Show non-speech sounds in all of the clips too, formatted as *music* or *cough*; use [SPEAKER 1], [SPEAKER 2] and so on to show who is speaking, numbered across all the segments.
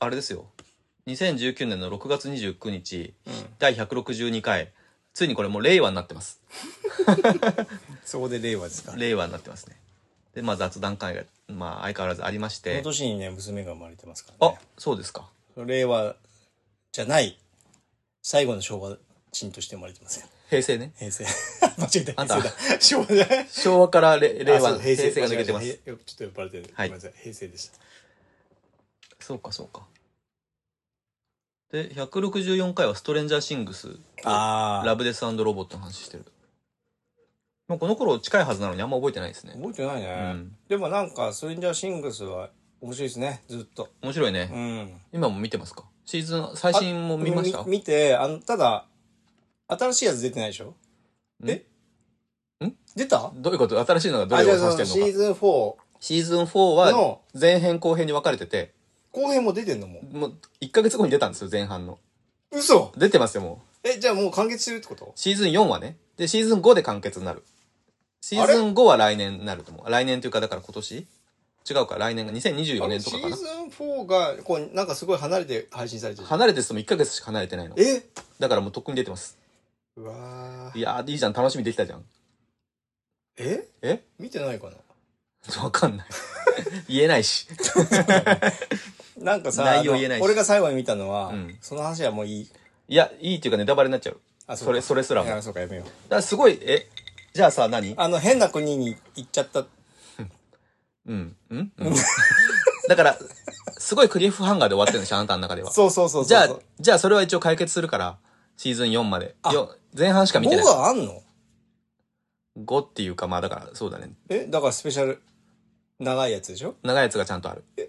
[SPEAKER 1] あれですよ。2019年の6月29日、
[SPEAKER 2] うん
[SPEAKER 1] 第162回、ついにこれもう令和になってます。
[SPEAKER 2] そこで令和ですか
[SPEAKER 1] 令和になってますね。で、まあ雑談会が、まあ相変わらずありまし
[SPEAKER 2] この
[SPEAKER 1] て、
[SPEAKER 2] 年にね娘が生まれてますから
[SPEAKER 1] あ
[SPEAKER 2] ね、
[SPEAKER 1] そうですか。
[SPEAKER 2] 令和じゃない最後の昭和人として生まれてますよ
[SPEAKER 1] 平成ね。
[SPEAKER 2] 平
[SPEAKER 1] *laughs*
[SPEAKER 2] 成間違えた
[SPEAKER 1] あんた
[SPEAKER 2] 平成だ昭和じゃない
[SPEAKER 1] 昭和かられ令
[SPEAKER 2] あ
[SPEAKER 1] 和
[SPEAKER 2] そう、
[SPEAKER 1] 平成が抜けてま
[SPEAKER 2] 間違
[SPEAKER 1] す。
[SPEAKER 2] えたへちょっと酔っ払ってる、
[SPEAKER 1] はい
[SPEAKER 2] ごめんなさい平成でした
[SPEAKER 1] そうか、そうか。で、164回はストレンジャーシングス、
[SPEAKER 2] あ
[SPEAKER 1] ラブデスロボットの話してる。もうこの頃近いはずなのにあんま覚えてないですね。
[SPEAKER 2] 覚えてないね、
[SPEAKER 1] うん
[SPEAKER 2] でもなんかストレンジャーシングスは面白いですねずっと
[SPEAKER 1] 面白いね。
[SPEAKER 2] うん
[SPEAKER 1] 今も見てますかシーズン、最新も見ました
[SPEAKER 2] み見てあのただ新しいやつ出てないでしょ
[SPEAKER 1] ん
[SPEAKER 2] え
[SPEAKER 1] ん
[SPEAKER 2] 出た
[SPEAKER 1] どういうこと新しいのがど
[SPEAKER 2] あ
[SPEAKER 1] れ
[SPEAKER 2] じゃ
[SPEAKER 1] を
[SPEAKER 2] あ
[SPEAKER 1] 指
[SPEAKER 2] その
[SPEAKER 1] して
[SPEAKER 2] シ
[SPEAKER 1] るのか。
[SPEAKER 2] ーズン4後
[SPEAKER 1] シーズン4は
[SPEAKER 2] の
[SPEAKER 1] 前編後編に分かれてて、
[SPEAKER 2] 編も出てんのもう
[SPEAKER 1] もう1ヶ月後に出たんですよ、前半の。
[SPEAKER 2] 嘘
[SPEAKER 1] 出てますよ、もう。
[SPEAKER 2] えじゃあもう完結してるってこと
[SPEAKER 1] シーズン4はね。で、シーズン5で完結になる。シーズン5は来年になると思う。来年というか、だから今年違うか、来年が2024
[SPEAKER 2] あれ
[SPEAKER 1] 年とか
[SPEAKER 2] シ
[SPEAKER 1] か
[SPEAKER 2] ー
[SPEAKER 1] な
[SPEAKER 2] ズ。ン4がこうなんかすごい離れて配信されてる
[SPEAKER 1] 離れてても1ヶ月しか離れてないの。
[SPEAKER 2] え
[SPEAKER 1] だからもうとっくに出てます。
[SPEAKER 2] うわー
[SPEAKER 1] いやー、いいじゃん、楽しみできたじゃん。
[SPEAKER 2] え
[SPEAKER 1] え
[SPEAKER 2] 見てないかな
[SPEAKER 1] わかんない。 *laughs* 言えないし。
[SPEAKER 2] なんかさ
[SPEAKER 1] 内容言えないし
[SPEAKER 2] あの俺が最後に見たのは、
[SPEAKER 1] うん
[SPEAKER 2] その話はもういい
[SPEAKER 1] いや、いいっていうかネタバレになっちゃう。
[SPEAKER 2] あ
[SPEAKER 1] それ、
[SPEAKER 2] か
[SPEAKER 1] それすらも。
[SPEAKER 2] い
[SPEAKER 1] だ
[SPEAKER 2] や
[SPEAKER 1] か
[SPEAKER 2] そうかやめよう
[SPEAKER 1] らすごい、え、じゃあさ、何
[SPEAKER 2] あの変な国に行っちゃった
[SPEAKER 1] うん。うん *laughs* だから、すごいクリフハンガーで終わってるんでしょ、あなたの中では。
[SPEAKER 2] そうそうそうそう
[SPEAKER 1] じゃあ、じゃあそれは一応解決するから、シーズン4まで。
[SPEAKER 2] あ
[SPEAKER 1] よ前半しか見て
[SPEAKER 2] 5
[SPEAKER 1] ない。
[SPEAKER 2] があんの
[SPEAKER 1] 5っていうか、まあだから、そうだね。
[SPEAKER 2] えだからスペシャル長いやつでしょ
[SPEAKER 1] 長いやつがちゃんとある。ちょっ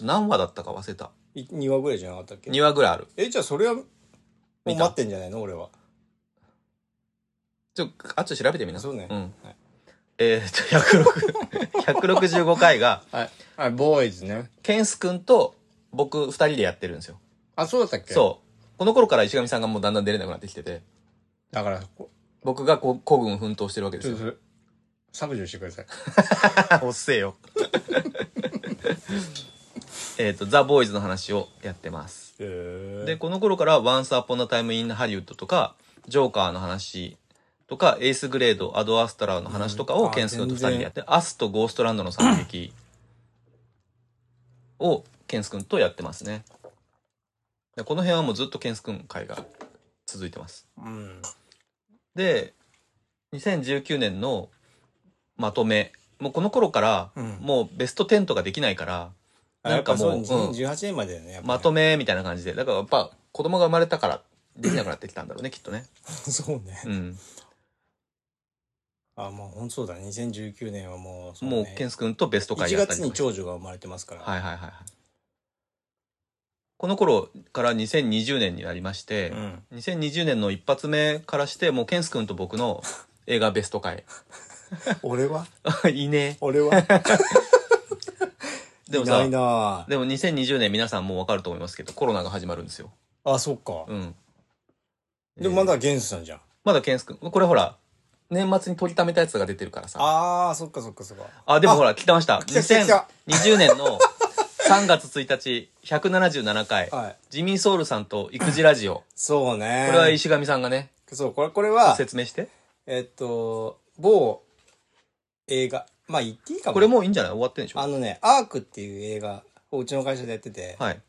[SPEAKER 1] と何話だったか忘れた。
[SPEAKER 2] い2話ぐらいじゃなかったっけ
[SPEAKER 1] 2話ぐらいある。
[SPEAKER 2] えじゃあそれはもう
[SPEAKER 1] 見
[SPEAKER 2] 待
[SPEAKER 1] た
[SPEAKER 2] っ。てんじゃないの俺は
[SPEAKER 1] ちょ、あと調べてみな。
[SPEAKER 2] そうね
[SPEAKER 1] ん
[SPEAKER 2] はい。
[SPEAKER 1] えーっ *laughs* と、106、165回が、
[SPEAKER 2] はいはいボーイズね
[SPEAKER 1] ケンス君と僕2人でやってるんですよ。
[SPEAKER 2] あそうだったっけ
[SPEAKER 1] そう。この頃から石上さんがもうだんだん出れなくなってきてて、
[SPEAKER 2] うだからこ
[SPEAKER 1] 僕がこう孤軍奮闘してるわけですよ。
[SPEAKER 2] と削除してください
[SPEAKER 1] *laughs* おっせえよ。えっと、ザ・ボーイズの話をやってます。
[SPEAKER 2] へ
[SPEAKER 1] で、この頃から、Once Upon a Time in Hollywood とか、ジョーカーの話とか、エースグレード、アドアストラの話とか
[SPEAKER 2] うん
[SPEAKER 1] を
[SPEAKER 2] あ
[SPEAKER 1] ケンス君と二人でやって、アスとゴーストランドの惨劇をケンス君とやってますね。でこの辺はもうずっとケンス君会が続いてます。
[SPEAKER 2] うん
[SPEAKER 1] で、2019年のまとめ。もうこの頃から、
[SPEAKER 2] うん
[SPEAKER 1] もうベスト10とかできないから、
[SPEAKER 2] あ
[SPEAKER 1] なん
[SPEAKER 2] やっ
[SPEAKER 1] か
[SPEAKER 2] ぱ
[SPEAKER 1] も、
[SPEAKER 2] そう
[SPEAKER 1] う
[SPEAKER 2] う
[SPEAKER 1] ん
[SPEAKER 2] 2018年までだよねやっぱね
[SPEAKER 1] まとめみたいな感じで。だからやっぱ子供が生まれたからできなくなってきたんだろうね、きっとね。
[SPEAKER 2] *laughs* そうね
[SPEAKER 1] うん。
[SPEAKER 2] あまあ本当そうだ2019年はもうそ
[SPEAKER 1] もう
[SPEAKER 2] ね、
[SPEAKER 1] ケンス君とベスト会
[SPEAKER 2] 1
[SPEAKER 1] やったり
[SPEAKER 2] 月
[SPEAKER 1] と
[SPEAKER 2] に
[SPEAKER 1] かして。
[SPEAKER 2] 長女が生まれてますから、
[SPEAKER 1] はいはいはいはい。この頃から2020年になりまして
[SPEAKER 2] う、ん、
[SPEAKER 1] 2020年の一発目からして、もうケンス君と僕の映画ベスト会。 *laughs*
[SPEAKER 2] 俺は
[SPEAKER 1] いね
[SPEAKER 2] 俺は
[SPEAKER 1] *laughs* え。でも
[SPEAKER 2] いな
[SPEAKER 1] さ
[SPEAKER 2] い、な
[SPEAKER 1] でも2020年皆さんもうわかると思いますけど、コロナが始まるんですよ。
[SPEAKER 2] あそっか、
[SPEAKER 1] うん。
[SPEAKER 2] でもまだゲンスさんじゃん
[SPEAKER 1] まだケンス君。これほら、年末に取りためたやつが出てるからさ。
[SPEAKER 2] あーそっかそっかそっか
[SPEAKER 1] あ、でもほら、来てました。
[SPEAKER 2] 来た来た来た
[SPEAKER 1] 2020年の3月1日、177回、
[SPEAKER 2] はい
[SPEAKER 1] ジミーソウルさんと育児ラジオ。こ
[SPEAKER 2] そうね
[SPEAKER 1] れは石上さんがね、
[SPEAKER 2] そうこれこれは
[SPEAKER 1] 説明して。
[SPEAKER 2] えっと某映画まあ言っていいかも
[SPEAKER 1] これもういいんじゃない終わってんでしょ
[SPEAKER 2] あのね「アーク」っていう映画をうちの会社でやってて、
[SPEAKER 1] はい。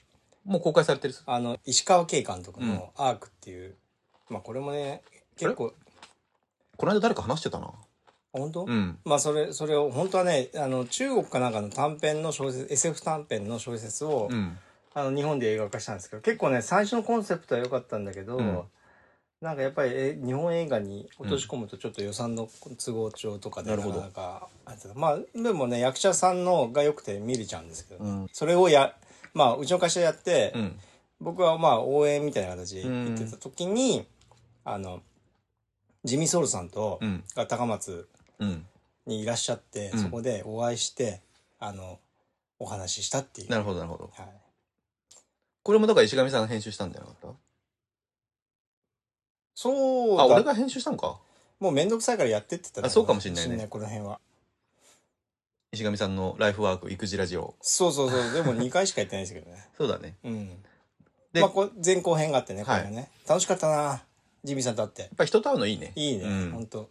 [SPEAKER 1] もう公開されてるっす。
[SPEAKER 2] あの石川慶監督の「アーク」っていう、まあこれもね結構
[SPEAKER 1] この間誰か話してたな。
[SPEAKER 2] 本当、
[SPEAKER 1] うん。
[SPEAKER 2] まあそれそれを本当はねあの中国かなんかの短編の小説 SF 短編の小説を、
[SPEAKER 1] うん。
[SPEAKER 2] あの日本で映画化したんですけど結構ね最初のコンセプトは良かったんだけど、
[SPEAKER 1] うん
[SPEAKER 2] なんかやっぱりえ日本映画に落とし込むとちょっと予算の都合帳とかで
[SPEAKER 1] な
[SPEAKER 2] な
[SPEAKER 1] る
[SPEAKER 2] か
[SPEAKER 1] ほど
[SPEAKER 2] なかあれだまあでもね役者さんのが良くて見れちゃうんですけど、
[SPEAKER 1] うん
[SPEAKER 2] それをやまあうちの会社でやって、
[SPEAKER 1] うん。
[SPEAKER 2] 僕はまあ応援みたいな形で行ってた時に、あのジミー・ソウルさんと、
[SPEAKER 1] うん。
[SPEAKER 2] が高松
[SPEAKER 1] うん。
[SPEAKER 2] にいらっしゃって、
[SPEAKER 1] うん
[SPEAKER 2] そこでお会いしてあのお話ししたっていう。
[SPEAKER 1] なるほど、なるほど。
[SPEAKER 2] はい
[SPEAKER 1] これもだから石上さんが編集したんじゃなかっ
[SPEAKER 2] そう
[SPEAKER 1] たあ、
[SPEAKER 2] だ
[SPEAKER 1] 俺が編集したのか。
[SPEAKER 2] もうめんどくさいからやってって言った
[SPEAKER 1] あそうかもしんないね
[SPEAKER 2] この辺は。
[SPEAKER 1] 石上さんのライフワーク、育児ラジオ。
[SPEAKER 2] そうそ
[SPEAKER 1] *laughs*
[SPEAKER 2] うそう。でも2回しかやってないですけどね。
[SPEAKER 1] そうだね。
[SPEAKER 2] うん。
[SPEAKER 1] で
[SPEAKER 2] まあ、こう前後編があってね、こ
[SPEAKER 1] はい
[SPEAKER 2] れね。楽しかったなジミーさんと会って
[SPEAKER 1] や。っぱ人と会うのいいね。
[SPEAKER 2] いいね、
[SPEAKER 1] う
[SPEAKER 2] ほ
[SPEAKER 1] ん
[SPEAKER 2] んと。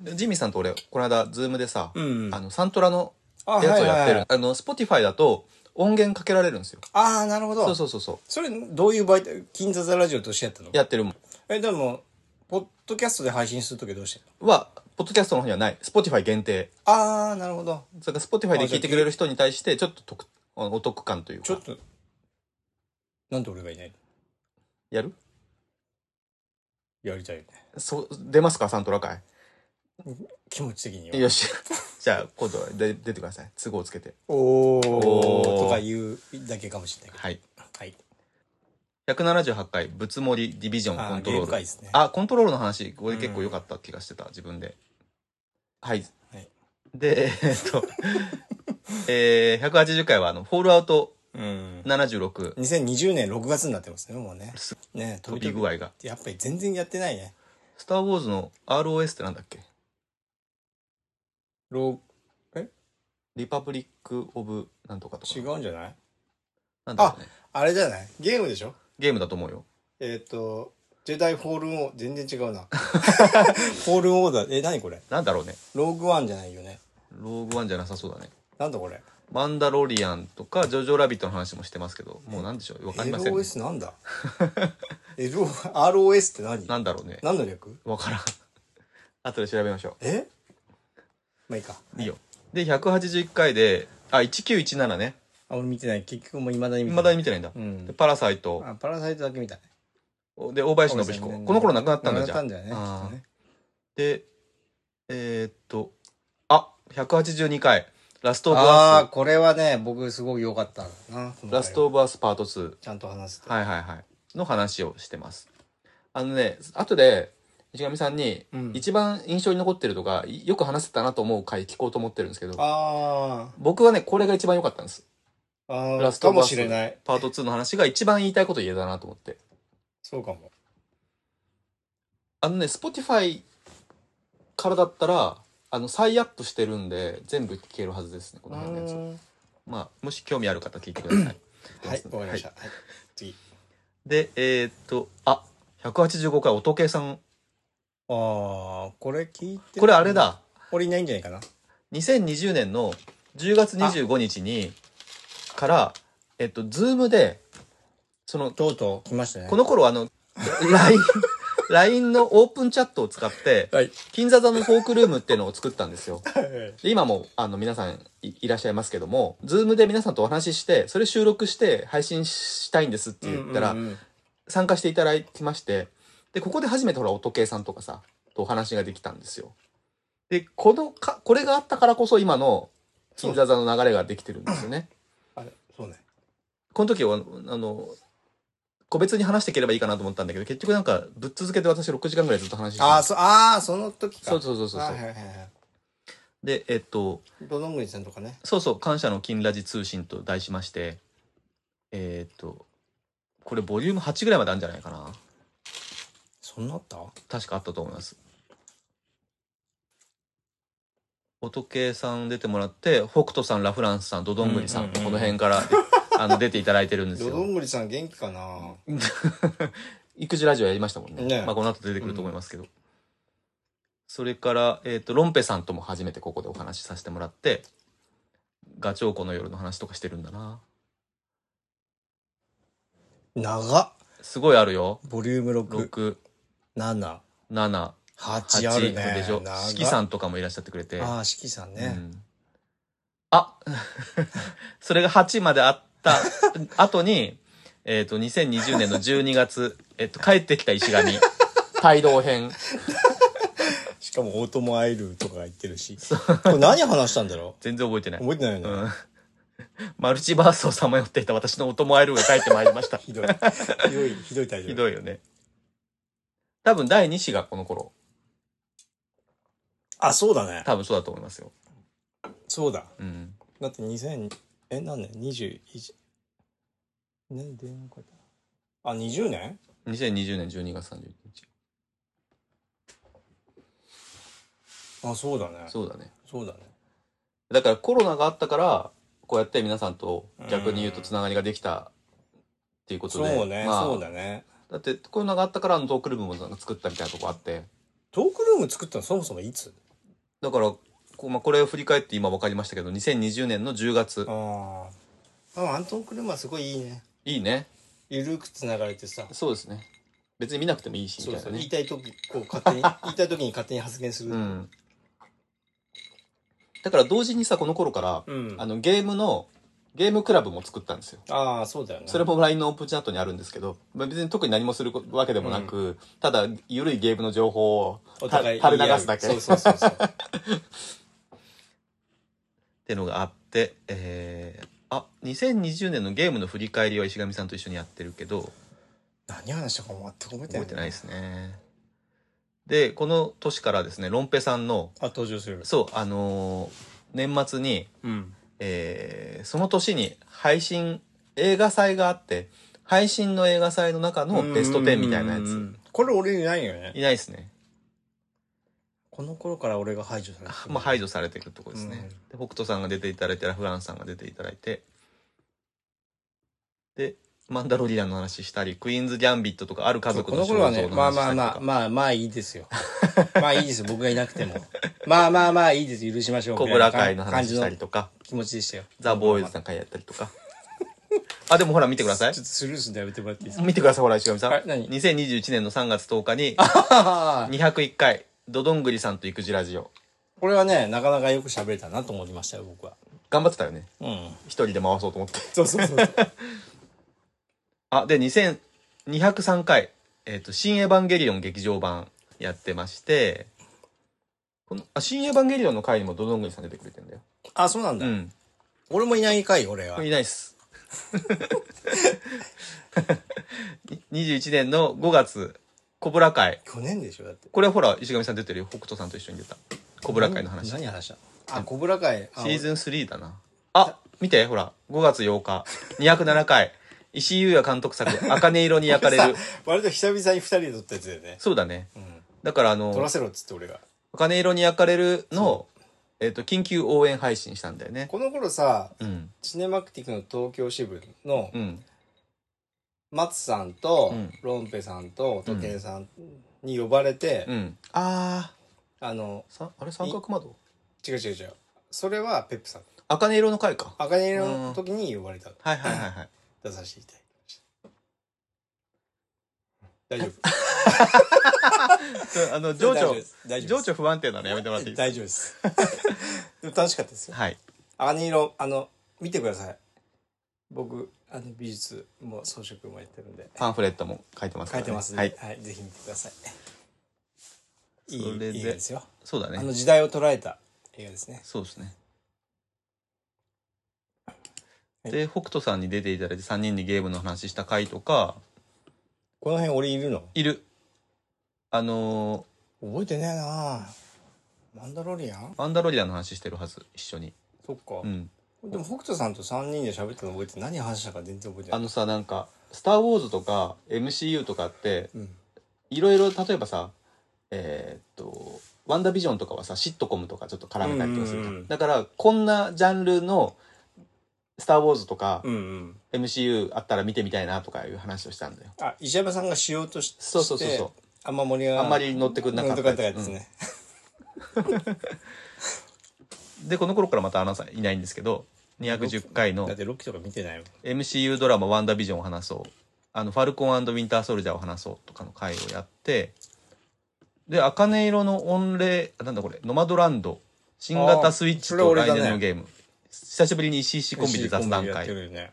[SPEAKER 1] でジミーさんと俺、この間、ズームでさ、
[SPEAKER 2] うん
[SPEAKER 1] あの、サントラの
[SPEAKER 2] あ、
[SPEAKER 1] やつをやって
[SPEAKER 2] はいはいは
[SPEAKER 1] る
[SPEAKER 2] い。
[SPEAKER 1] あの、Spotify だと音源かけられるんですよ。
[SPEAKER 2] ああ、なるほど。
[SPEAKER 1] そうそうそうそう。
[SPEAKER 2] それ、どういう媒体、金座座ラジオとしてやったの
[SPEAKER 1] やってるもん。
[SPEAKER 2] え、でも、ポッドキャストで配信するときどうしてる
[SPEAKER 1] は、ポッドキャストの方にはない。Spotify 限定。
[SPEAKER 2] のああ、なるほど。
[SPEAKER 1] それから Spotify で聞いてくれる人に対して、ちょっと得、あのお得感というか。
[SPEAKER 2] ちょっと、なんで俺がいない
[SPEAKER 1] やる
[SPEAKER 2] のやりたいよね。
[SPEAKER 1] そう、出ますかサントラ会。
[SPEAKER 2] 気持ち的には。
[SPEAKER 1] よし。 *laughs* じゃあ、今度はで出てください。都合をつけて。
[SPEAKER 2] おー
[SPEAKER 1] おー
[SPEAKER 2] とか言うだけかもしれないけど。
[SPEAKER 1] はい。
[SPEAKER 2] はい。
[SPEAKER 1] 178回、ぶつもりディビジョン
[SPEAKER 2] あ
[SPEAKER 1] コ
[SPEAKER 2] ー
[SPEAKER 1] ント
[SPEAKER 2] ゲー
[SPEAKER 1] ロ
[SPEAKER 2] ム
[SPEAKER 1] ール。
[SPEAKER 2] 会ですね。
[SPEAKER 1] あ、コントロールの話、これ結構良かった気がしてた、自分で。はい。
[SPEAKER 2] はい
[SPEAKER 1] で、えーっと、 *laughs* えー、180回は、あの、フォールアウト
[SPEAKER 2] うん。
[SPEAKER 1] 76、
[SPEAKER 2] 2020年6月になってますね、もうね。ね
[SPEAKER 1] 飛び具合が。
[SPEAKER 2] やっぱり全然やってないね。
[SPEAKER 1] スター・ウォーズの ROS ってなんだっけ
[SPEAKER 2] ろ
[SPEAKER 1] リパブリック・オブ・なんとかとか。
[SPEAKER 2] 違うんじゃない
[SPEAKER 1] なんだろうね。
[SPEAKER 2] あれじゃないゲームでしょ
[SPEAKER 1] ゲームだと思うよ。
[SPEAKER 2] えっ、と、ジェダイフォールンオー、全然違 *laughs* うな。フォールンオーダー、え、何これ
[SPEAKER 1] なんだろうね。
[SPEAKER 2] ローグワンじゃないよね。
[SPEAKER 1] ローグ・ワンじゃなさそうだね。
[SPEAKER 2] なんだこれ
[SPEAKER 1] マンダロリアンとか、ジョジョ・ラビットの話もしてますけど、もうなんでしょうわかりません、ね。
[SPEAKER 2] ?LOS なんだ *laughs* ?LO、ROS って何
[SPEAKER 1] なんだろうね。
[SPEAKER 2] 何の略
[SPEAKER 1] わからん。 *laughs* 後で調べましょ
[SPEAKER 2] えまあいいか。
[SPEAKER 1] う。いいよ。で、181回で、あ、1917ね。
[SPEAKER 2] あ、俺見てない。結局もう未だに見てな
[SPEAKER 1] 未
[SPEAKER 2] い。
[SPEAKER 1] だに見てないんだ。
[SPEAKER 2] うん
[SPEAKER 1] でパラサイト。
[SPEAKER 2] あ、パラサイトだけ見たい。
[SPEAKER 1] で、大林信彦。この頃亡くなったんだじゃ
[SPEAKER 2] 亡く
[SPEAKER 1] ん。
[SPEAKER 2] なったんだよね。
[SPEAKER 1] あー
[SPEAKER 2] きっとね
[SPEAKER 1] で、えーっと、あ、182回。ラストオブ
[SPEAKER 2] あ
[SPEAKER 1] ア
[SPEAKER 2] あ、これはね、僕すごく良かったな。この
[SPEAKER 1] ス。
[SPEAKER 2] 回
[SPEAKER 1] ラストオブアスパート2。
[SPEAKER 2] ちゃんと話せて。
[SPEAKER 1] はいはいはい。の話をしてます。あのね、後で、石上さんに
[SPEAKER 2] うん、
[SPEAKER 1] 一番印象に残ってるとか、いよく話せたなと思う回聞こうと思ってるんですけど、
[SPEAKER 2] あ
[SPEAKER 1] 僕はね、これが一番良かったんです。
[SPEAKER 2] あ、あ
[SPEAKER 1] ラ
[SPEAKER 2] あ、
[SPEAKER 1] スト
[SPEAKER 2] か
[SPEAKER 1] オブ
[SPEAKER 2] も
[SPEAKER 1] アス
[SPEAKER 2] しれない。
[SPEAKER 1] パート2の話が一番言いたいこと言えたなと思って。
[SPEAKER 2] そうかも。
[SPEAKER 1] あのね、Spotify からだったら、あの、再アップしてるんで、全部聞けるはずですね、この辺のやつ。まあ、もし興味ある方聞いてください。
[SPEAKER 2] はい、わかりました。
[SPEAKER 1] はい
[SPEAKER 2] はい、次。
[SPEAKER 1] で、えーっと、あ、185回、おとけさん。
[SPEAKER 2] ああ、これ聞いて
[SPEAKER 1] これあれ。だ。
[SPEAKER 2] 俺いないんじゃないかな。
[SPEAKER 1] 2020年の10月25日にから、えっと、ズームで、その、
[SPEAKER 2] とうとう来ましたね。
[SPEAKER 1] この頃あ
[SPEAKER 2] *laughs*
[SPEAKER 1] の、LINE、LINE のオープンチャットを使 *laughs* って、
[SPEAKER 2] はい。
[SPEAKER 1] 金座座のフォークルームっていうのを作ったんですよ。
[SPEAKER 2] はい。
[SPEAKER 1] で今も、あの、皆さんいいらっしゃいますけども、ズームで皆さんとお話しして、それ収録して配信したいんですって言ったら、
[SPEAKER 2] うんうんうん
[SPEAKER 1] 参加していただきまして、で、ここで初めてほら、音計さんとかさ、とお話ができたんですよ。で、このか、これがあったからこそ今の、金座座の流れができてるんですよね。
[SPEAKER 2] あれ、そうね。
[SPEAKER 1] この時は、あの、個別に話していければいいかなと思ったんだけど、結局なんか、ぶっ続けて私6時間ぐらいずっと話して
[SPEAKER 2] ああ、
[SPEAKER 1] た。
[SPEAKER 2] そ、ああ、その時か。
[SPEAKER 1] そうそうそうそう
[SPEAKER 2] あ
[SPEAKER 1] そ
[SPEAKER 2] ー
[SPEAKER 1] う
[SPEAKER 2] はい。はいは
[SPEAKER 1] で、えっと、
[SPEAKER 2] い。どどんぐりさんとかね。
[SPEAKER 1] そうそう、感謝の金ラジ通信と題しまして、えーっと、これボリューム8ぐらいまであるんじゃないかな。
[SPEAKER 2] そんなあった
[SPEAKER 1] 確かあったと思います。音系さん出てもらって、北斗さん、ラフランスさん、ドドングリさん、
[SPEAKER 2] うんうんうん
[SPEAKER 1] この辺から、 *laughs* あの、出ていただいてるんです
[SPEAKER 2] どど
[SPEAKER 1] よ。
[SPEAKER 2] んぐりさん元気かな
[SPEAKER 1] *laughs* 育児ラジオやりましたもんね。
[SPEAKER 2] ね
[SPEAKER 1] まあ、この後出てくると思いますけど。それから、えっ、と、ロンペさんとも初めてここでお話しさせてもらって、ガチョウコの夜の話とかしてるんだな。
[SPEAKER 2] 長っ。
[SPEAKER 1] すごいあるよ。
[SPEAKER 2] ボリューム6、
[SPEAKER 1] 6、
[SPEAKER 2] 7、
[SPEAKER 1] 7、
[SPEAKER 2] 8あるね。
[SPEAKER 1] 8でしょ。
[SPEAKER 2] 長っ
[SPEAKER 1] 四季さんとかもいらっしゃってくれて。
[SPEAKER 2] ああ、四季さん
[SPEAKER 1] う
[SPEAKER 2] ね。
[SPEAKER 1] んあ *laughs* それが8まであった後に、えっと、2020年の12月、えっと、帰ってきた石神、帯同編。
[SPEAKER 2] しかも、オートモアイルとか言ってるし。これ何話したんだろ
[SPEAKER 1] 全然覚えてな
[SPEAKER 2] う
[SPEAKER 1] い。
[SPEAKER 2] 覚えてないよね。
[SPEAKER 1] うんマルチバースをさまよっていた私のお供アイルが帰ってまいりました。
[SPEAKER 2] *laughs* ひどい。ひどい、ひどいタイト
[SPEAKER 1] ひ
[SPEAKER 2] ル。
[SPEAKER 1] どいよね。多分第2子がこの頃、
[SPEAKER 2] あ、そうだね。
[SPEAKER 1] 多分そうだと思いますよ。
[SPEAKER 2] そうだ。
[SPEAKER 1] うん。
[SPEAKER 2] だって2000、え、何年 ?21。何電話かけたあ、20年
[SPEAKER 1] 2020年12月31日。
[SPEAKER 2] あ、そうだね。
[SPEAKER 1] そうだね。
[SPEAKER 2] そうだね。
[SPEAKER 1] だからコロナがあったから、こうやって皆さんと逆に言うとつながりができたっていうことで。
[SPEAKER 2] そうね、
[SPEAKER 1] まあ
[SPEAKER 2] そうだね。
[SPEAKER 1] だってコロナがあったからあのトークルームもなんか作ったみたいなとこあって。
[SPEAKER 2] トークルーム作ったのそもそもいつ
[SPEAKER 1] だから、こうまあ、これを振り返って今分かりましたけど、2020年の10月。
[SPEAKER 2] ああ。あ、あのトークルームはすごいいいね。
[SPEAKER 1] いいね。
[SPEAKER 2] ゆるくつながれてさ。
[SPEAKER 1] そうですね。別に見なくてもいいし、
[SPEAKER 2] そ
[SPEAKER 1] み
[SPEAKER 2] う
[SPEAKER 1] たい
[SPEAKER 2] そ
[SPEAKER 1] な
[SPEAKER 2] う。言い
[SPEAKER 1] ね。
[SPEAKER 2] たいとき、こう勝
[SPEAKER 1] *laughs*
[SPEAKER 2] 手に、言いたいときに勝手に発言する。
[SPEAKER 1] う。ん。だから同時にさ、この頃から、
[SPEAKER 2] うん、
[SPEAKER 1] あのゲームの、ゲームクラブも作ったんですよ。
[SPEAKER 2] ああ、そうだよね。
[SPEAKER 1] それも LINE のオープンチャットにあるんですけど、まあ別に特に何もするわけでもなく、ただ、ゆるいゲームの情報を
[SPEAKER 2] お
[SPEAKER 1] た
[SPEAKER 2] 互い
[SPEAKER 1] 垂れ流すだけっ
[SPEAKER 2] そうそうそう *laughs* そう。
[SPEAKER 1] てのがあって、えー、あ、2020年のゲームの振り返りは石上さんと一緒にやってるけど、
[SPEAKER 2] 何話したか全く覚えてない。
[SPEAKER 1] 覚えてないですね。で、この年からですね、ロンペさんの、
[SPEAKER 2] あ、登場する。
[SPEAKER 1] そう、あのー年末に、
[SPEAKER 2] うん。
[SPEAKER 1] えーその年に配信、映画祭があって、配信の映画祭の中のベスト10みたいなや
[SPEAKER 2] うんうんう
[SPEAKER 1] つ。
[SPEAKER 2] ん。これ俺いないよね。
[SPEAKER 1] いないですね。
[SPEAKER 2] この頃から俺が排除されて
[SPEAKER 1] まあ、排
[SPEAKER 2] 除。
[SPEAKER 1] 除されてるとこですね、
[SPEAKER 2] うん
[SPEAKER 1] で北斗さんが出ていただいてラフランスさんが出ていただいてでマンダロリアンの話したりクイーンズ・ギャンビットとかある家
[SPEAKER 2] そう
[SPEAKER 1] 族
[SPEAKER 2] こ
[SPEAKER 1] の
[SPEAKER 2] の
[SPEAKER 1] 肖
[SPEAKER 2] 頃はね、
[SPEAKER 1] 像の
[SPEAKER 2] ま
[SPEAKER 1] 話
[SPEAKER 2] あ
[SPEAKER 1] し
[SPEAKER 2] ま
[SPEAKER 1] た
[SPEAKER 2] あ
[SPEAKER 1] りと
[SPEAKER 2] まあ、
[SPEAKER 1] か
[SPEAKER 2] まあまあいいですよ。 *laughs* まあいいです、僕がいなくても。まあまあまあいいです、許しましょう。
[SPEAKER 1] 小倉会の
[SPEAKER 2] 感
[SPEAKER 1] 話
[SPEAKER 2] じ
[SPEAKER 1] した
[SPEAKER 2] の
[SPEAKER 1] りとか
[SPEAKER 2] 気持ちでしたよ。
[SPEAKER 1] ザ・ボーイズさん会やったりとか *laughs* あでもほら見てください
[SPEAKER 2] ちょっとスルーすんでやめてもらっていいですか
[SPEAKER 1] 見てくださいほら石上さん
[SPEAKER 2] あ何
[SPEAKER 1] 2021年の3月10日に *laughs*
[SPEAKER 2] あー
[SPEAKER 1] 201回ドドングリさんと育児ラジオ
[SPEAKER 2] これはね、なかなかよく喋れたなと思いましたよ、僕は。
[SPEAKER 1] 頑張ってたよね
[SPEAKER 2] うん。
[SPEAKER 1] 一人で回そうと思って
[SPEAKER 2] そうそう
[SPEAKER 1] *laughs*
[SPEAKER 2] そう。
[SPEAKER 1] あ、で、2203回、えっ、と、新エヴァンゲリオン劇場版やってまして、この、あ、新エヴァンゲリオンの回にもドドングリさん出てくれてんだよ。
[SPEAKER 2] あ、そうなん
[SPEAKER 1] う
[SPEAKER 2] だ。
[SPEAKER 1] ん。
[SPEAKER 2] 俺もいないかい、俺は。
[SPEAKER 1] いないっす。21年の5月、コブラ会。
[SPEAKER 2] 去年でしょ、だって。
[SPEAKER 1] これはほら、石上さん出てるよ。北斗さんと一緒に出た。コブラ会の話。シ
[SPEAKER 2] 何話したあ、小倉会。あ
[SPEAKER 1] ーズン3だな。あ、見て、ほら、5月8日、207回、石井優也監督作、茜色に焼かれる。
[SPEAKER 2] 割と久々に二人で撮ったやつだよね。
[SPEAKER 1] そうだね。
[SPEAKER 2] ん
[SPEAKER 1] だから、あの、
[SPEAKER 2] 撮らせろっつって俺が。
[SPEAKER 1] 金色に焼かれるの、えっ、と、緊急応援配信したんだよね。
[SPEAKER 2] この頃さ、
[SPEAKER 1] うん。
[SPEAKER 2] シネマクティックの東京支部の
[SPEAKER 1] うん。
[SPEAKER 2] 松さんと
[SPEAKER 1] うん、
[SPEAKER 2] ロンペさんと、時計さんに呼ばれて、
[SPEAKER 1] うん。あ
[SPEAKER 2] あの、
[SPEAKER 1] ー、さあれ三角窓
[SPEAKER 2] 違う違う違う。それはペップさん。
[SPEAKER 1] 茜色の回か。
[SPEAKER 2] 赤根の時に呼ばれた。
[SPEAKER 1] はいはいはい *laughs* はい。
[SPEAKER 2] 出させていただきました。
[SPEAKER 1] *laughs*
[SPEAKER 2] 大丈夫。
[SPEAKER 1] あの、情緒、
[SPEAKER 2] 大丈夫
[SPEAKER 1] 情
[SPEAKER 2] です
[SPEAKER 1] 緒不安定なのやめてもらっていいです
[SPEAKER 2] 大丈
[SPEAKER 1] *laughs*
[SPEAKER 2] 夫です。でも楽しかったですよ
[SPEAKER 1] か。はい。
[SPEAKER 2] あの色、あの、見てください。僕、あの、美術も装飾もやってるんで。
[SPEAKER 1] パンフレットも書いてますか
[SPEAKER 2] 書
[SPEAKER 1] ら、
[SPEAKER 2] いてますね。
[SPEAKER 1] は
[SPEAKER 2] はいい。。ぜひ見てください。いい
[SPEAKER 1] それで
[SPEAKER 2] 映画ですよ。
[SPEAKER 1] そうだ
[SPEAKER 2] あ
[SPEAKER 1] ね。
[SPEAKER 2] の時代を捉えた映画ですね。
[SPEAKER 1] そうですね。
[SPEAKER 2] はい
[SPEAKER 1] で、北斗さんに出ていただいて3人でゲームの話した回とか、
[SPEAKER 2] この辺俺いるの
[SPEAKER 1] いる。あの
[SPEAKER 2] 覚えてねえなマンダロリアン
[SPEAKER 1] ー、アンダロリアンの話してるはず、一緒に。
[SPEAKER 2] そっか
[SPEAKER 1] う。ん。
[SPEAKER 2] でも北斗さんと3人で喋ったの覚えて何話したか全然覚えてな
[SPEAKER 1] あ
[SPEAKER 2] い。
[SPEAKER 1] のさ、なんか、スター・ウォーズとか MCU とかって、
[SPEAKER 2] うん。
[SPEAKER 1] いろいろ例えばさえーっと「ワンダービジョン」とかはさシットコムとかちょっと絡めたりとかするじゃん
[SPEAKER 2] うんうんうん
[SPEAKER 1] だからこんなジャンルの「スター・ウォーズ」とか
[SPEAKER 2] うんうん。
[SPEAKER 1] MCU あったら見てみたいなとかいう話をしたんだよ
[SPEAKER 2] あ、石山さんがしようとし
[SPEAKER 1] そうそうそうそう
[SPEAKER 2] してあんま盛り上が
[SPEAKER 1] あんまり乗ってくんなかった
[SPEAKER 2] 乗ってやつね。
[SPEAKER 1] でこの頃からまたアナウンサーいないんですけど210回の
[SPEAKER 2] だってロッキーとか見てないもん。
[SPEAKER 1] MCU ドラマ「ワンダービジョン」を話そうあの「ファルコンウィンター・ソルジャー」を話そうとかの回をやってで「茜色の御礼」あなんだこれ「ノマドランド」新型スイッチ
[SPEAKER 2] あーそれ
[SPEAKER 1] と
[SPEAKER 2] 俺
[SPEAKER 1] 来
[SPEAKER 2] だね
[SPEAKER 1] 年のゲーム、久しぶりに CC コンビで雑談
[SPEAKER 2] やって
[SPEAKER 1] 会
[SPEAKER 2] るよね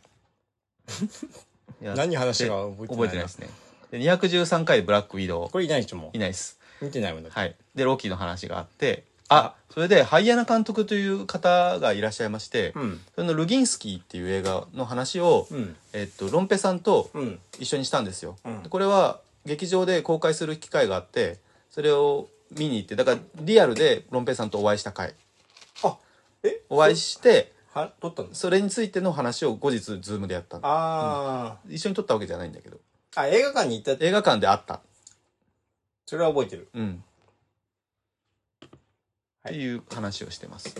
[SPEAKER 1] やって
[SPEAKER 2] 何話したか覚えてない
[SPEAKER 1] 覚えてないですねで213回「ブラックウィドウ
[SPEAKER 2] これいない人も」
[SPEAKER 1] いないです
[SPEAKER 2] 見てないもんだって
[SPEAKER 1] はいでロキの話があってあそれでハイアナ監督という方がいらっしゃいまして、
[SPEAKER 2] うん
[SPEAKER 1] それの「ルギンスキー」っていう映画の話を、
[SPEAKER 2] うん
[SPEAKER 1] えっと、ロンペさんと
[SPEAKER 2] うん
[SPEAKER 1] 一緒にしたんですよ、
[SPEAKER 2] うん
[SPEAKER 1] でこれは劇場で公開する機会があってそれを見に行ってだからリアルでロンペイさんとお会いした回
[SPEAKER 2] あえ
[SPEAKER 1] お会いして
[SPEAKER 2] は撮ったんです
[SPEAKER 1] それについての話を後日ズームでやったの
[SPEAKER 2] あ
[SPEAKER 1] 一緒に撮ったわけじゃないんだけど
[SPEAKER 2] ーあ映画館に行った
[SPEAKER 1] 映画館で会った
[SPEAKER 2] それは覚えてる
[SPEAKER 1] うん、
[SPEAKER 2] は
[SPEAKER 1] って
[SPEAKER 2] い
[SPEAKER 1] いう話をしてます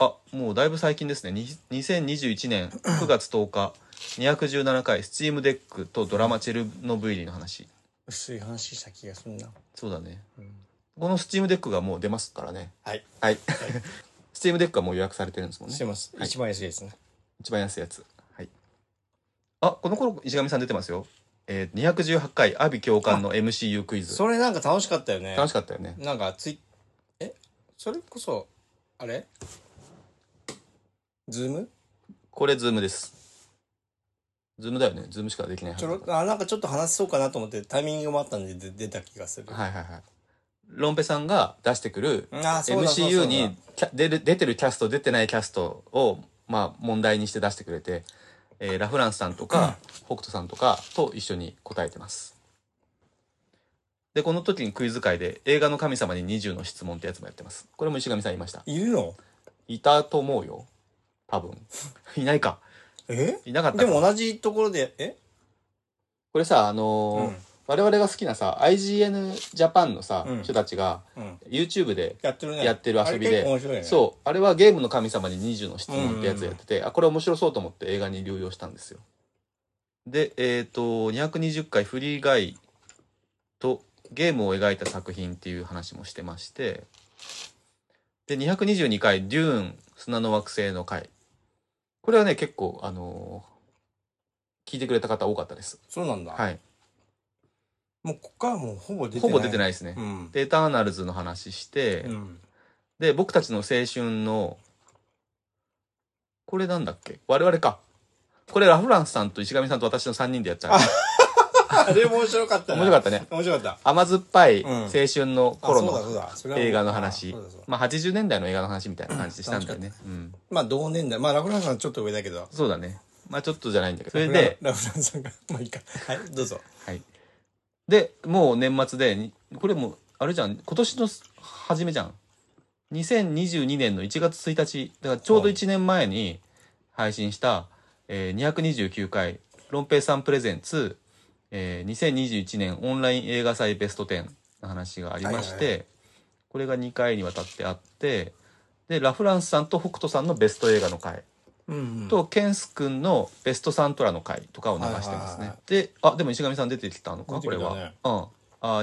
[SPEAKER 1] あ、もうだいぶ最近ですね。に2021年9月10日、217回、スチームデックとドラマチェルノブイリの話。
[SPEAKER 2] 薄い話した気がするな。
[SPEAKER 1] そうだね。
[SPEAKER 2] うん
[SPEAKER 1] このスチームデックがもう出ますからね。
[SPEAKER 2] はい。
[SPEAKER 1] はい。 *laughs* スチームデックはもう予約されてるんですもんね
[SPEAKER 2] して。ます。
[SPEAKER 1] はい
[SPEAKER 2] 一番安いですね。
[SPEAKER 1] 一番安いやつ。はい。あ、この頃、石上さん出てますよ。えー、218回、阿ビ教官の MCU クイズ。
[SPEAKER 2] それなんか楽しかったよね。
[SPEAKER 1] 楽しかったよね。
[SPEAKER 2] なんかツイえそれこそ、あれズーム
[SPEAKER 1] これ、ズームです。ズームだよね。ズームしかできないは
[SPEAKER 2] ち
[SPEAKER 1] ず
[SPEAKER 2] ょ
[SPEAKER 1] だ
[SPEAKER 2] ろ
[SPEAKER 1] か
[SPEAKER 2] っ
[SPEAKER 1] ら
[SPEAKER 2] と、あ、なんかちょっと話そうかなと思ってタイミングもあったんでで出た気がする。
[SPEAKER 1] はいはいはい。ロンペさんが出してくる
[SPEAKER 2] あ、そうだそうだそうだ
[SPEAKER 1] MCU にキャ出る出てるキャスト出てないキャストを、まあ、問題にして出してくれて、えーラ・フランスさんとか北斗さんとかと一緒に答えてますでこの時にクイズ会で映画の神様に20の質問ってやつもやってますこれも石上さんいました
[SPEAKER 2] いるの
[SPEAKER 1] いたと思うよ多分 *laughs* いないか
[SPEAKER 2] え
[SPEAKER 1] いなかったか
[SPEAKER 2] でも同じところで、え
[SPEAKER 1] これさあのー
[SPEAKER 2] うん
[SPEAKER 1] 我々が好きなさ IGN ジャパンのさ、
[SPEAKER 2] うん
[SPEAKER 1] 人たちが
[SPEAKER 2] うん。
[SPEAKER 1] YouTube で
[SPEAKER 2] やってるね。
[SPEAKER 1] やってる遊びで
[SPEAKER 2] あれ結構面白いね。う。
[SPEAKER 1] そうあれはゲームの神様に20の質問ってやつやってて、あこれ面白そうと思って映画に流用したんですよでえっ、と220回フリーガイとゲームを描いた作品っていう話もしてましてで222回デューン砂の惑星の回これはね結構あのー聞いてくれた方多かったです
[SPEAKER 2] そうなんだ。
[SPEAKER 1] はい
[SPEAKER 2] もうこっからもうほぼ出てな
[SPEAKER 1] ほ
[SPEAKER 2] い。
[SPEAKER 1] ぼ出て
[SPEAKER 2] い。
[SPEAKER 1] ないですね、
[SPEAKER 2] うん。
[SPEAKER 1] でエターナルズの話して、
[SPEAKER 2] うん。 *laughs*
[SPEAKER 1] で、僕たちの青春の、これなんだっけ我々か。これラフランスさんと石上さんと私の3人でやっちゃう。
[SPEAKER 2] あれ面白かった
[SPEAKER 1] 面白か
[SPEAKER 2] っ
[SPEAKER 1] ったね。
[SPEAKER 2] た。面白かった。
[SPEAKER 1] 甘酸っぱい
[SPEAKER 2] うん
[SPEAKER 1] 青春の
[SPEAKER 2] あ
[SPEAKER 1] 頃
[SPEAKER 2] そうだ
[SPEAKER 1] の、
[SPEAKER 2] そうだそれはもう
[SPEAKER 1] 映画の話
[SPEAKER 2] あそうだそうだ
[SPEAKER 1] まあ80年代の映画の話みたいな感じでしたんだよね。うん。
[SPEAKER 2] まあ同年代。まあラフランスさんちょっと上だけど。
[SPEAKER 1] そうだね。まあちょっとじゃないんだけど。それ
[SPEAKER 2] ラ
[SPEAKER 1] で
[SPEAKER 2] フ、ランスさんが、まあいいか。はい、どうぞ。
[SPEAKER 1] はい。で、もう年末で、にこれもう、あれじゃん、今年の初めじゃん。2022年の1月1日、だからちょうど1年前に配信した、えー、229回、ロンペイさんプレゼンツ、えー、2021年オンライン映画祭ベスト10の話がありまして、
[SPEAKER 2] はいは
[SPEAKER 1] これが2回にわたってあって、で、ラフランスさんと北斗さんのベスト映画の回、
[SPEAKER 2] うん
[SPEAKER 1] と、ケンス君のベストサントラの回とかを流してます
[SPEAKER 2] はいはい
[SPEAKER 1] ね
[SPEAKER 2] は。
[SPEAKER 1] で、あ、でも石上さん出てきたのか、
[SPEAKER 2] 出て
[SPEAKER 1] こ
[SPEAKER 2] き
[SPEAKER 1] れ
[SPEAKER 2] たね
[SPEAKER 1] は。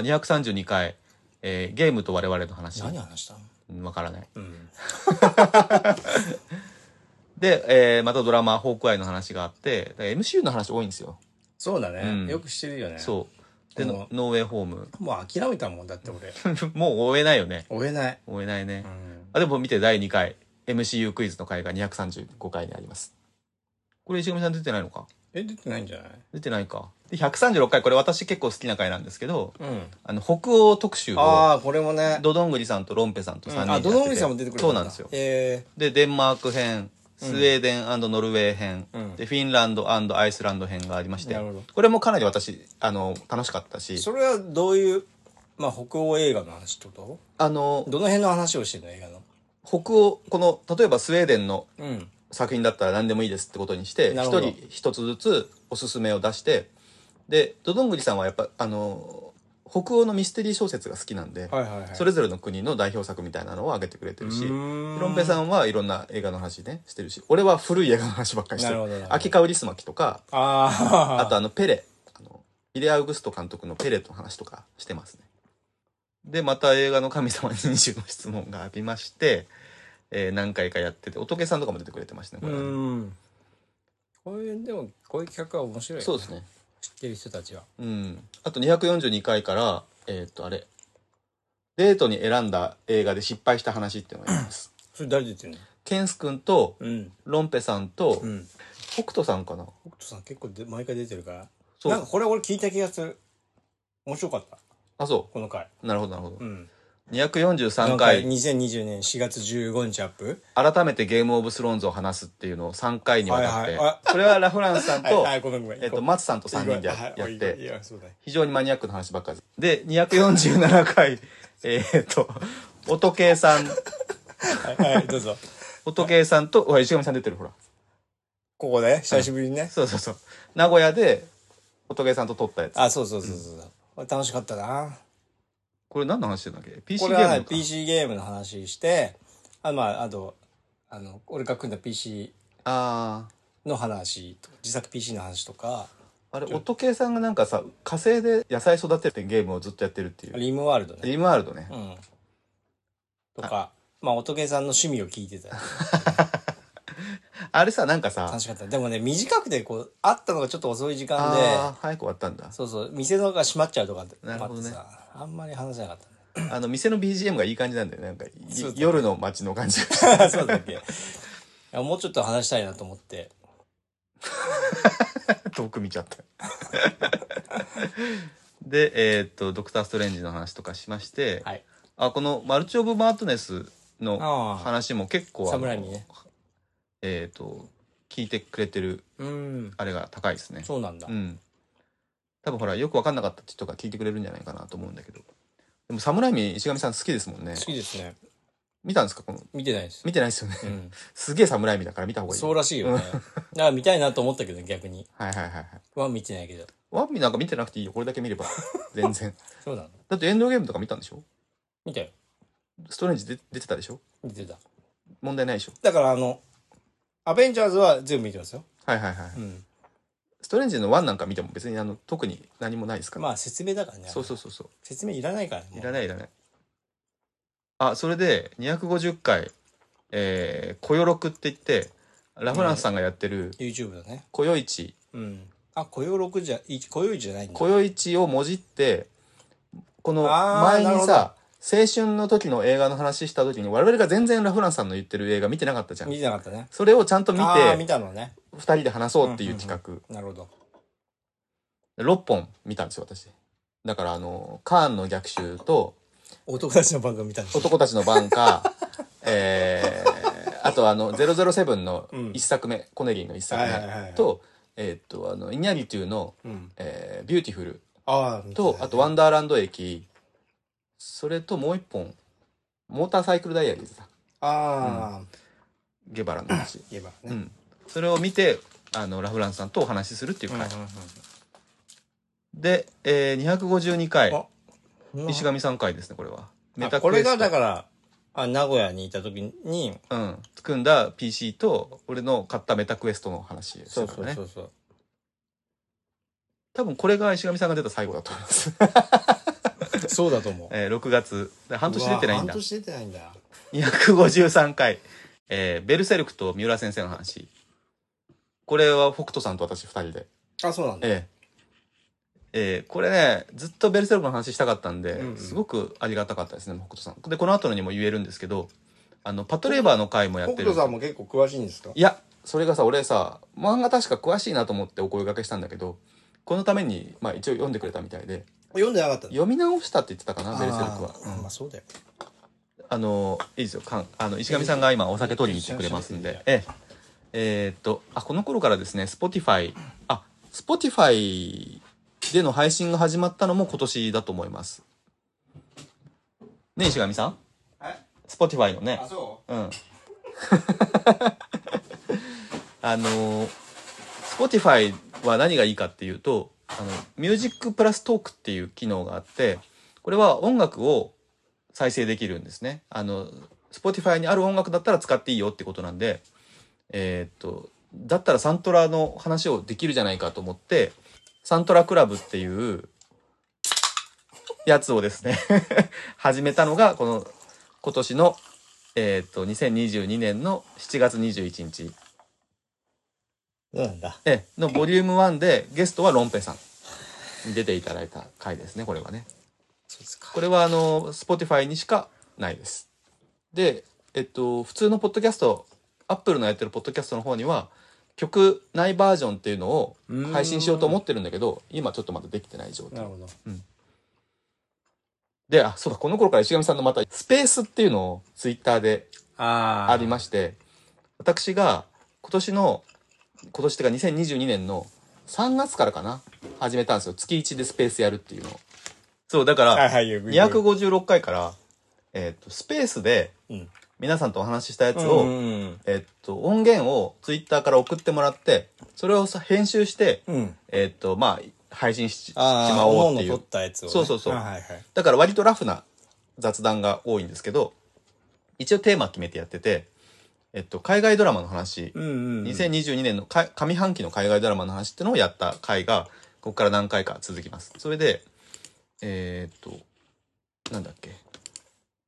[SPEAKER 1] うん。あ232回、えーゲームと我々の話。
[SPEAKER 2] 何話したの
[SPEAKER 1] うんわからない。
[SPEAKER 2] うん。
[SPEAKER 1] で、えーまたドラマ、ホークアイの話があって、だから MCU の話多いんですよ。
[SPEAKER 2] そうだ
[SPEAKER 1] うん
[SPEAKER 2] ね。よくしてるよね。
[SPEAKER 1] そう。で、
[SPEAKER 2] うん
[SPEAKER 1] ノノーウェイホーム。 *laughs*
[SPEAKER 2] もう諦めたもんだって俺。
[SPEAKER 1] もう終えないよね。
[SPEAKER 2] 追えない。
[SPEAKER 1] 終えないね
[SPEAKER 2] う。ん。
[SPEAKER 1] あ、でも見て、第2回、MCU クイズの回が235回にあります。これ石上さん出てないのか
[SPEAKER 2] え、出てないんじゃない
[SPEAKER 1] 出てないか。で、136回、これ私結構好きな回なんですけど、
[SPEAKER 2] うん。
[SPEAKER 1] あの、北欧特集を、
[SPEAKER 2] ああ、これもね。
[SPEAKER 1] ドドングリさんとロンペさんと3人
[SPEAKER 2] あ、
[SPEAKER 1] でやって
[SPEAKER 2] ド
[SPEAKER 1] て
[SPEAKER 2] ドングリさんも出てくる
[SPEAKER 1] そうなんですよ。
[SPEAKER 2] え
[SPEAKER 1] で、デンマーク編、スウェーデンノルウェー編、
[SPEAKER 2] うん
[SPEAKER 1] で、フィンランドアイスランド編がありまして
[SPEAKER 2] なるほど、
[SPEAKER 1] これもかなり私、あの、楽しかった
[SPEAKER 2] ー、
[SPEAKER 1] し、
[SPEAKER 2] それはどういう、まあ、北欧映画の話ってこ
[SPEAKER 1] あの
[SPEAKER 2] と、どの辺の話をしてるの映画の。
[SPEAKER 1] 北欧、この、例えばスウェーデンの
[SPEAKER 2] うん。
[SPEAKER 1] 作品だったら何でもいいですってことにして、
[SPEAKER 2] な
[SPEAKER 1] 一
[SPEAKER 2] るほど
[SPEAKER 1] 人一つずつおすすめを出して、で、ドドングリさんはやっぱ、あの、北欧のミステリー小説が好きなんで、
[SPEAKER 2] はいはいはい。
[SPEAKER 1] それぞれの国の代表作みたいなのを挙げてくれてるし、ロ
[SPEAKER 2] ロ
[SPEAKER 1] ンペさ
[SPEAKER 2] ん。
[SPEAKER 1] んはいろんな映画の話ね、してるし、俺は古い映画の話ばっかりして
[SPEAKER 2] なるほどなる
[SPEAKER 1] る。
[SPEAKER 2] ほど
[SPEAKER 1] 秋川リスマキとか、
[SPEAKER 2] ああ。
[SPEAKER 1] あとあの、ペレ、あの、ビレアウグスト監督のペレの話とかしてますね。で、また映画の神様に20の質問がありまして、えー何回かやってて、仏さんとかも出てくれてましたね、こ
[SPEAKER 2] う
[SPEAKER 1] れはね
[SPEAKER 2] ん。こういう、でも、こういう企画は面白い。
[SPEAKER 1] そうですね。
[SPEAKER 2] 知ってる人たちは。
[SPEAKER 1] うん。あと242回から、えーっと、あれ、デートに選んだ映画で失敗した話っていうのがあります。
[SPEAKER 2] それ誰出てるの
[SPEAKER 1] ケンス君と、
[SPEAKER 2] うん。
[SPEAKER 1] ロンペさんと
[SPEAKER 2] う、ん。
[SPEAKER 1] 北斗さんかな。
[SPEAKER 2] 北斗さん結構で毎回出てるから。
[SPEAKER 1] そ
[SPEAKER 2] なんか
[SPEAKER 1] う。
[SPEAKER 2] これ俺聞いた気がする。面白かった。
[SPEAKER 1] あ、そ
[SPEAKER 2] この回。
[SPEAKER 1] う。なるほど、なるほど
[SPEAKER 2] う。ん。
[SPEAKER 1] 243
[SPEAKER 2] なんか
[SPEAKER 1] 回
[SPEAKER 2] 2020年4月15日アップ
[SPEAKER 1] 改めてゲームオブスローンズを話すっていうのを3回にわたっ
[SPEAKER 2] はい
[SPEAKER 1] て
[SPEAKER 2] はい
[SPEAKER 1] それはラフランスさん
[SPEAKER 2] はい
[SPEAKER 1] と
[SPEAKER 2] はい、ごめんごめん。
[SPEAKER 1] えっと
[SPEAKER 2] ごめん
[SPEAKER 1] 松さんと3人でや
[SPEAKER 2] はい
[SPEAKER 1] やっ
[SPEAKER 2] いいよいい
[SPEAKER 1] て
[SPEAKER 2] よそうだよ
[SPEAKER 1] 非常にマニアックな話ばっかりですで247回 *laughs* えーっと音系さん *laughs*
[SPEAKER 2] はいはい、どうぞ。 *laughs*
[SPEAKER 1] 音系さんとほら石上さん出てるほら
[SPEAKER 2] ここね、久しぶりにね。
[SPEAKER 1] そうそうそう名古屋で音系さんと撮ったやつ
[SPEAKER 2] あ、そうそうそうそうそう。これ楽しかったな。
[SPEAKER 1] これ何の話してんだっけ PC
[SPEAKER 2] こ
[SPEAKER 1] ゲ
[SPEAKER 2] れ
[SPEAKER 1] ーム
[SPEAKER 2] は
[SPEAKER 1] のか
[SPEAKER 2] PC ゲームの話して、あ、まあ、あと、あの、俺が組んだ PC
[SPEAKER 1] あ
[SPEAKER 2] の話とか、自作 PC の話とか、
[SPEAKER 1] あ。あれ、音系さんがなんかさ、火星で野菜育てるってゲームをずっとやってるっていう。
[SPEAKER 2] リムワールドね。
[SPEAKER 1] リムワールドね
[SPEAKER 2] う。ん。とか、まあ、音ゲーさんの趣味を聞い *laughs* てた。
[SPEAKER 1] あれさ、なんかさ
[SPEAKER 2] 楽、しかった。でもね、短くて、こう、会ったのがちょっと遅い時間で、
[SPEAKER 1] あー早く終わったんだ。
[SPEAKER 2] そうそう、店のが閉まっちゃうとかって
[SPEAKER 1] なるほどね
[SPEAKER 2] あってさあんまり話せなかっ
[SPEAKER 1] あの、店の BGM がいい感じなんだよね。なんか、い
[SPEAKER 2] そうだね
[SPEAKER 1] 夜の街の感じが *laughs* して
[SPEAKER 2] た、ね。そう *laughs* だっけいやもうちょっと話したいなと思って。
[SPEAKER 1] 遠く見ちゃった。 *laughs* で、えーっと、ドクター・ストレンジの話とかしまして、
[SPEAKER 2] はい。
[SPEAKER 1] あ、このマルチ・オブ・マートネスの
[SPEAKER 2] あ
[SPEAKER 1] 話も結構、あの
[SPEAKER 2] 侍にね。
[SPEAKER 1] えーっと、聞いてくれてる
[SPEAKER 2] あ。うん。
[SPEAKER 1] あれが高いですね。
[SPEAKER 2] そうなんだ
[SPEAKER 1] う。ん。多分ほら、よくわかんなかったって人が聞いてくれるんじゃないかなと思うんだけど。でも、侍見石上さん好きですもんね
[SPEAKER 2] 好。きですね。
[SPEAKER 1] 見たんですかこの、
[SPEAKER 2] 見てないです。
[SPEAKER 1] 見てないですよね。
[SPEAKER 2] うん。
[SPEAKER 1] すげえ侍見だから見た方がいい。
[SPEAKER 2] そうらしいよ *laughs* ね。だから見たいなと思ったけど、逆に。
[SPEAKER 1] はいはいはいはい。
[SPEAKER 2] は見てないけど。
[SPEAKER 1] ワンミなんか見てなくていいよ。これだけ見れば。全
[SPEAKER 2] *laughs*
[SPEAKER 1] 然。
[SPEAKER 2] そうなの
[SPEAKER 1] だってエンドゲームとか見たんでしょ
[SPEAKER 2] 見たよ。
[SPEAKER 1] ストレンジで出てたでしょ
[SPEAKER 2] 見てた。
[SPEAKER 1] 問題ないでしょ
[SPEAKER 2] だから、あの、アベンジャーズは全部見てますよ。
[SPEAKER 1] はいはいはい。
[SPEAKER 2] うん。
[SPEAKER 1] ストレンジの1なんか見ても別にあの特に何もないですから。
[SPEAKER 2] まあ、説明だからね。
[SPEAKER 1] そうそうそうそ
[SPEAKER 2] 説明いらないからね。
[SPEAKER 1] う。いら
[SPEAKER 2] い。
[SPEAKER 1] ないいらない。あ、それで250回、えー、コヨロクって言って、ラフランスさんがやってる、
[SPEAKER 2] YouTube だね。
[SPEAKER 1] コヨイチ、
[SPEAKER 2] うん。あ、雇用6じゃ、い雇用じゃないんだ。
[SPEAKER 1] コヨイチをもじって、この
[SPEAKER 2] あー
[SPEAKER 1] 前
[SPEAKER 2] なる
[SPEAKER 1] に
[SPEAKER 2] ほど
[SPEAKER 1] さ、青春の時の映画の話した時に我々が全然ラフランスさんの言ってる映画見てなかったじゃ
[SPEAKER 2] 見
[SPEAKER 1] ん。
[SPEAKER 2] てなかったね。
[SPEAKER 1] それをちゃんと見
[SPEAKER 2] あー見
[SPEAKER 1] て、
[SPEAKER 2] たのね。
[SPEAKER 1] 二人で話そうっていう企画。
[SPEAKER 2] なるほど。
[SPEAKER 1] 6本見たんですよ、私。だから、あの、カーンの逆襲と、
[SPEAKER 2] 男たちの番組見たんですよ。
[SPEAKER 1] 男たちのバン
[SPEAKER 2] *laughs*
[SPEAKER 1] カー、えー、あとあの、007の
[SPEAKER 2] うん
[SPEAKER 1] 一作目、コネリーの一作目と、
[SPEAKER 2] はいはいはいはい
[SPEAKER 1] えーっと、あの、イニャリトゥの、
[SPEAKER 2] うん。
[SPEAKER 1] えー、ビューティフル
[SPEAKER 2] ああ、
[SPEAKER 1] と、あと、ワンダーランド駅、それともう一本、モーターサイクルダイアリーズだ。
[SPEAKER 2] ああ、
[SPEAKER 1] ゲバラの話。
[SPEAKER 2] 言えば
[SPEAKER 1] う
[SPEAKER 2] ね。
[SPEAKER 1] ん。それを見て、あの、ラフランスさんとお話しするっていう
[SPEAKER 2] うんうん
[SPEAKER 1] 回。
[SPEAKER 2] うん
[SPEAKER 1] で、えー、252回、
[SPEAKER 2] あうん
[SPEAKER 1] 石上さん回ですね、これは。メタ
[SPEAKER 2] あ
[SPEAKER 1] ク
[SPEAKER 2] こ
[SPEAKER 1] エ
[SPEAKER 2] れ
[SPEAKER 1] スト
[SPEAKER 2] がだから、あ名古屋にいた時に、
[SPEAKER 1] うん、組んだ PC と俺の買ったメタクエストの話です
[SPEAKER 2] そ
[SPEAKER 1] か
[SPEAKER 2] う
[SPEAKER 1] らね
[SPEAKER 2] そうそうそう。
[SPEAKER 1] 多分これが石上さんが出た最後だと思います、
[SPEAKER 2] そうだと思う。
[SPEAKER 1] *laughs* えー6月で半年出てないんだ
[SPEAKER 2] うわ半年出てないんだ。
[SPEAKER 1] 253回、えーベルセルク」と三浦先生の話これは北斗さんと私2人で
[SPEAKER 2] あ、そうなんだ。
[SPEAKER 1] えええーこれねずっとベルセルクの話したかったんで、
[SPEAKER 2] うんうん
[SPEAKER 1] すごくありがたかったですね北斗さんでこの後のにも言えるんですけどあのパトレーバーの回もやっ
[SPEAKER 2] 北
[SPEAKER 1] てる
[SPEAKER 2] 斗さんも結構詳しいんですか
[SPEAKER 1] いや、それがさ、俺さ、漫画確か詳しいなと思ってお声掛けしたんだけど、このために、まあ一応読んでくれたみたいで、
[SPEAKER 2] 読んでなかった
[SPEAKER 1] 読み直したって言ってたかな、
[SPEAKER 2] あー
[SPEAKER 1] ベルセルクは。
[SPEAKER 2] まあそうだよ。
[SPEAKER 1] あの、いいですよ、かんあの石上さんが今お酒取りに来てくれますんで、えええーっと、あ、この頃からですね、Spotify、あ、Spotify での配信が始まったのも今年だと思います。ね、石上さん
[SPEAKER 2] はい。
[SPEAKER 1] ?Spotify のね。
[SPEAKER 2] そ
[SPEAKER 1] うん。 *laughs* あのー、Spotify は何がいいかっていうと、あの、ミュージックプラストークっていう機能があって、これは音楽を再生できるんですね。あの、Spotify にある音楽だったら使っていいよってことなんで、えーっと、だったらサントラの話をできるじゃないかと思って、サントラクラブっていうやつをですね、 *laughs* 始めたのが、この今年のえっ、と、2022年の7月21日、
[SPEAKER 2] う。そうなんだ。
[SPEAKER 1] えーのボリューム1でゲストはロンペさんに出ていただいた回ですね、これはね。
[SPEAKER 2] そうですか
[SPEAKER 1] こ。れはあの、Spotify にしかないです。で、えっと、普通のポッドキャスト、Apple のやってるポッドキャストの方には、曲ないバージョンっていうのを配信しようと思ってるんだけど、今ちょっとまだできてない状態
[SPEAKER 2] なる。ほど。
[SPEAKER 1] で、あ、そうだ、この頃から石上さんのまた、スペースっていうのを Twitter で
[SPEAKER 2] あ
[SPEAKER 1] ありま
[SPEAKER 2] し
[SPEAKER 1] して、私が今年の、今年っていうか2022年の3月からかな、始めたんですよ。月1でスペースやるっていうのを。そう、だか
[SPEAKER 2] たはい
[SPEAKER 1] ら、
[SPEAKER 2] はい、よくよく
[SPEAKER 1] 256回から、えっと、スペースで
[SPEAKER 2] うん
[SPEAKER 1] 皆さんとお話ししたやつ
[SPEAKER 2] うん
[SPEAKER 1] を、
[SPEAKER 2] うん
[SPEAKER 1] えっと、音源をツイッターから送ってもらって、それをさ編集して、
[SPEAKER 2] うん。うん。
[SPEAKER 1] えっと、まあ、配信しし
[SPEAKER 2] あ
[SPEAKER 1] ま
[SPEAKER 2] あ、お
[SPEAKER 1] おう
[SPEAKER 2] の
[SPEAKER 1] って
[SPEAKER 2] の
[SPEAKER 1] い
[SPEAKER 2] 撮っ
[SPEAKER 1] う。
[SPEAKER 2] たやつをね。
[SPEAKER 1] そうそうそう
[SPEAKER 2] はいはいはい。
[SPEAKER 1] だから割とラフな雑談が多いんですけど、一応テーマ決めてやってて、えっと、海外ドラマの話、
[SPEAKER 2] うんうんうん。
[SPEAKER 1] 2022年のか上半期の海外ドラマの話ってのをやった回が、ここから何回か続きます。それで、えーっと、なんだっけ。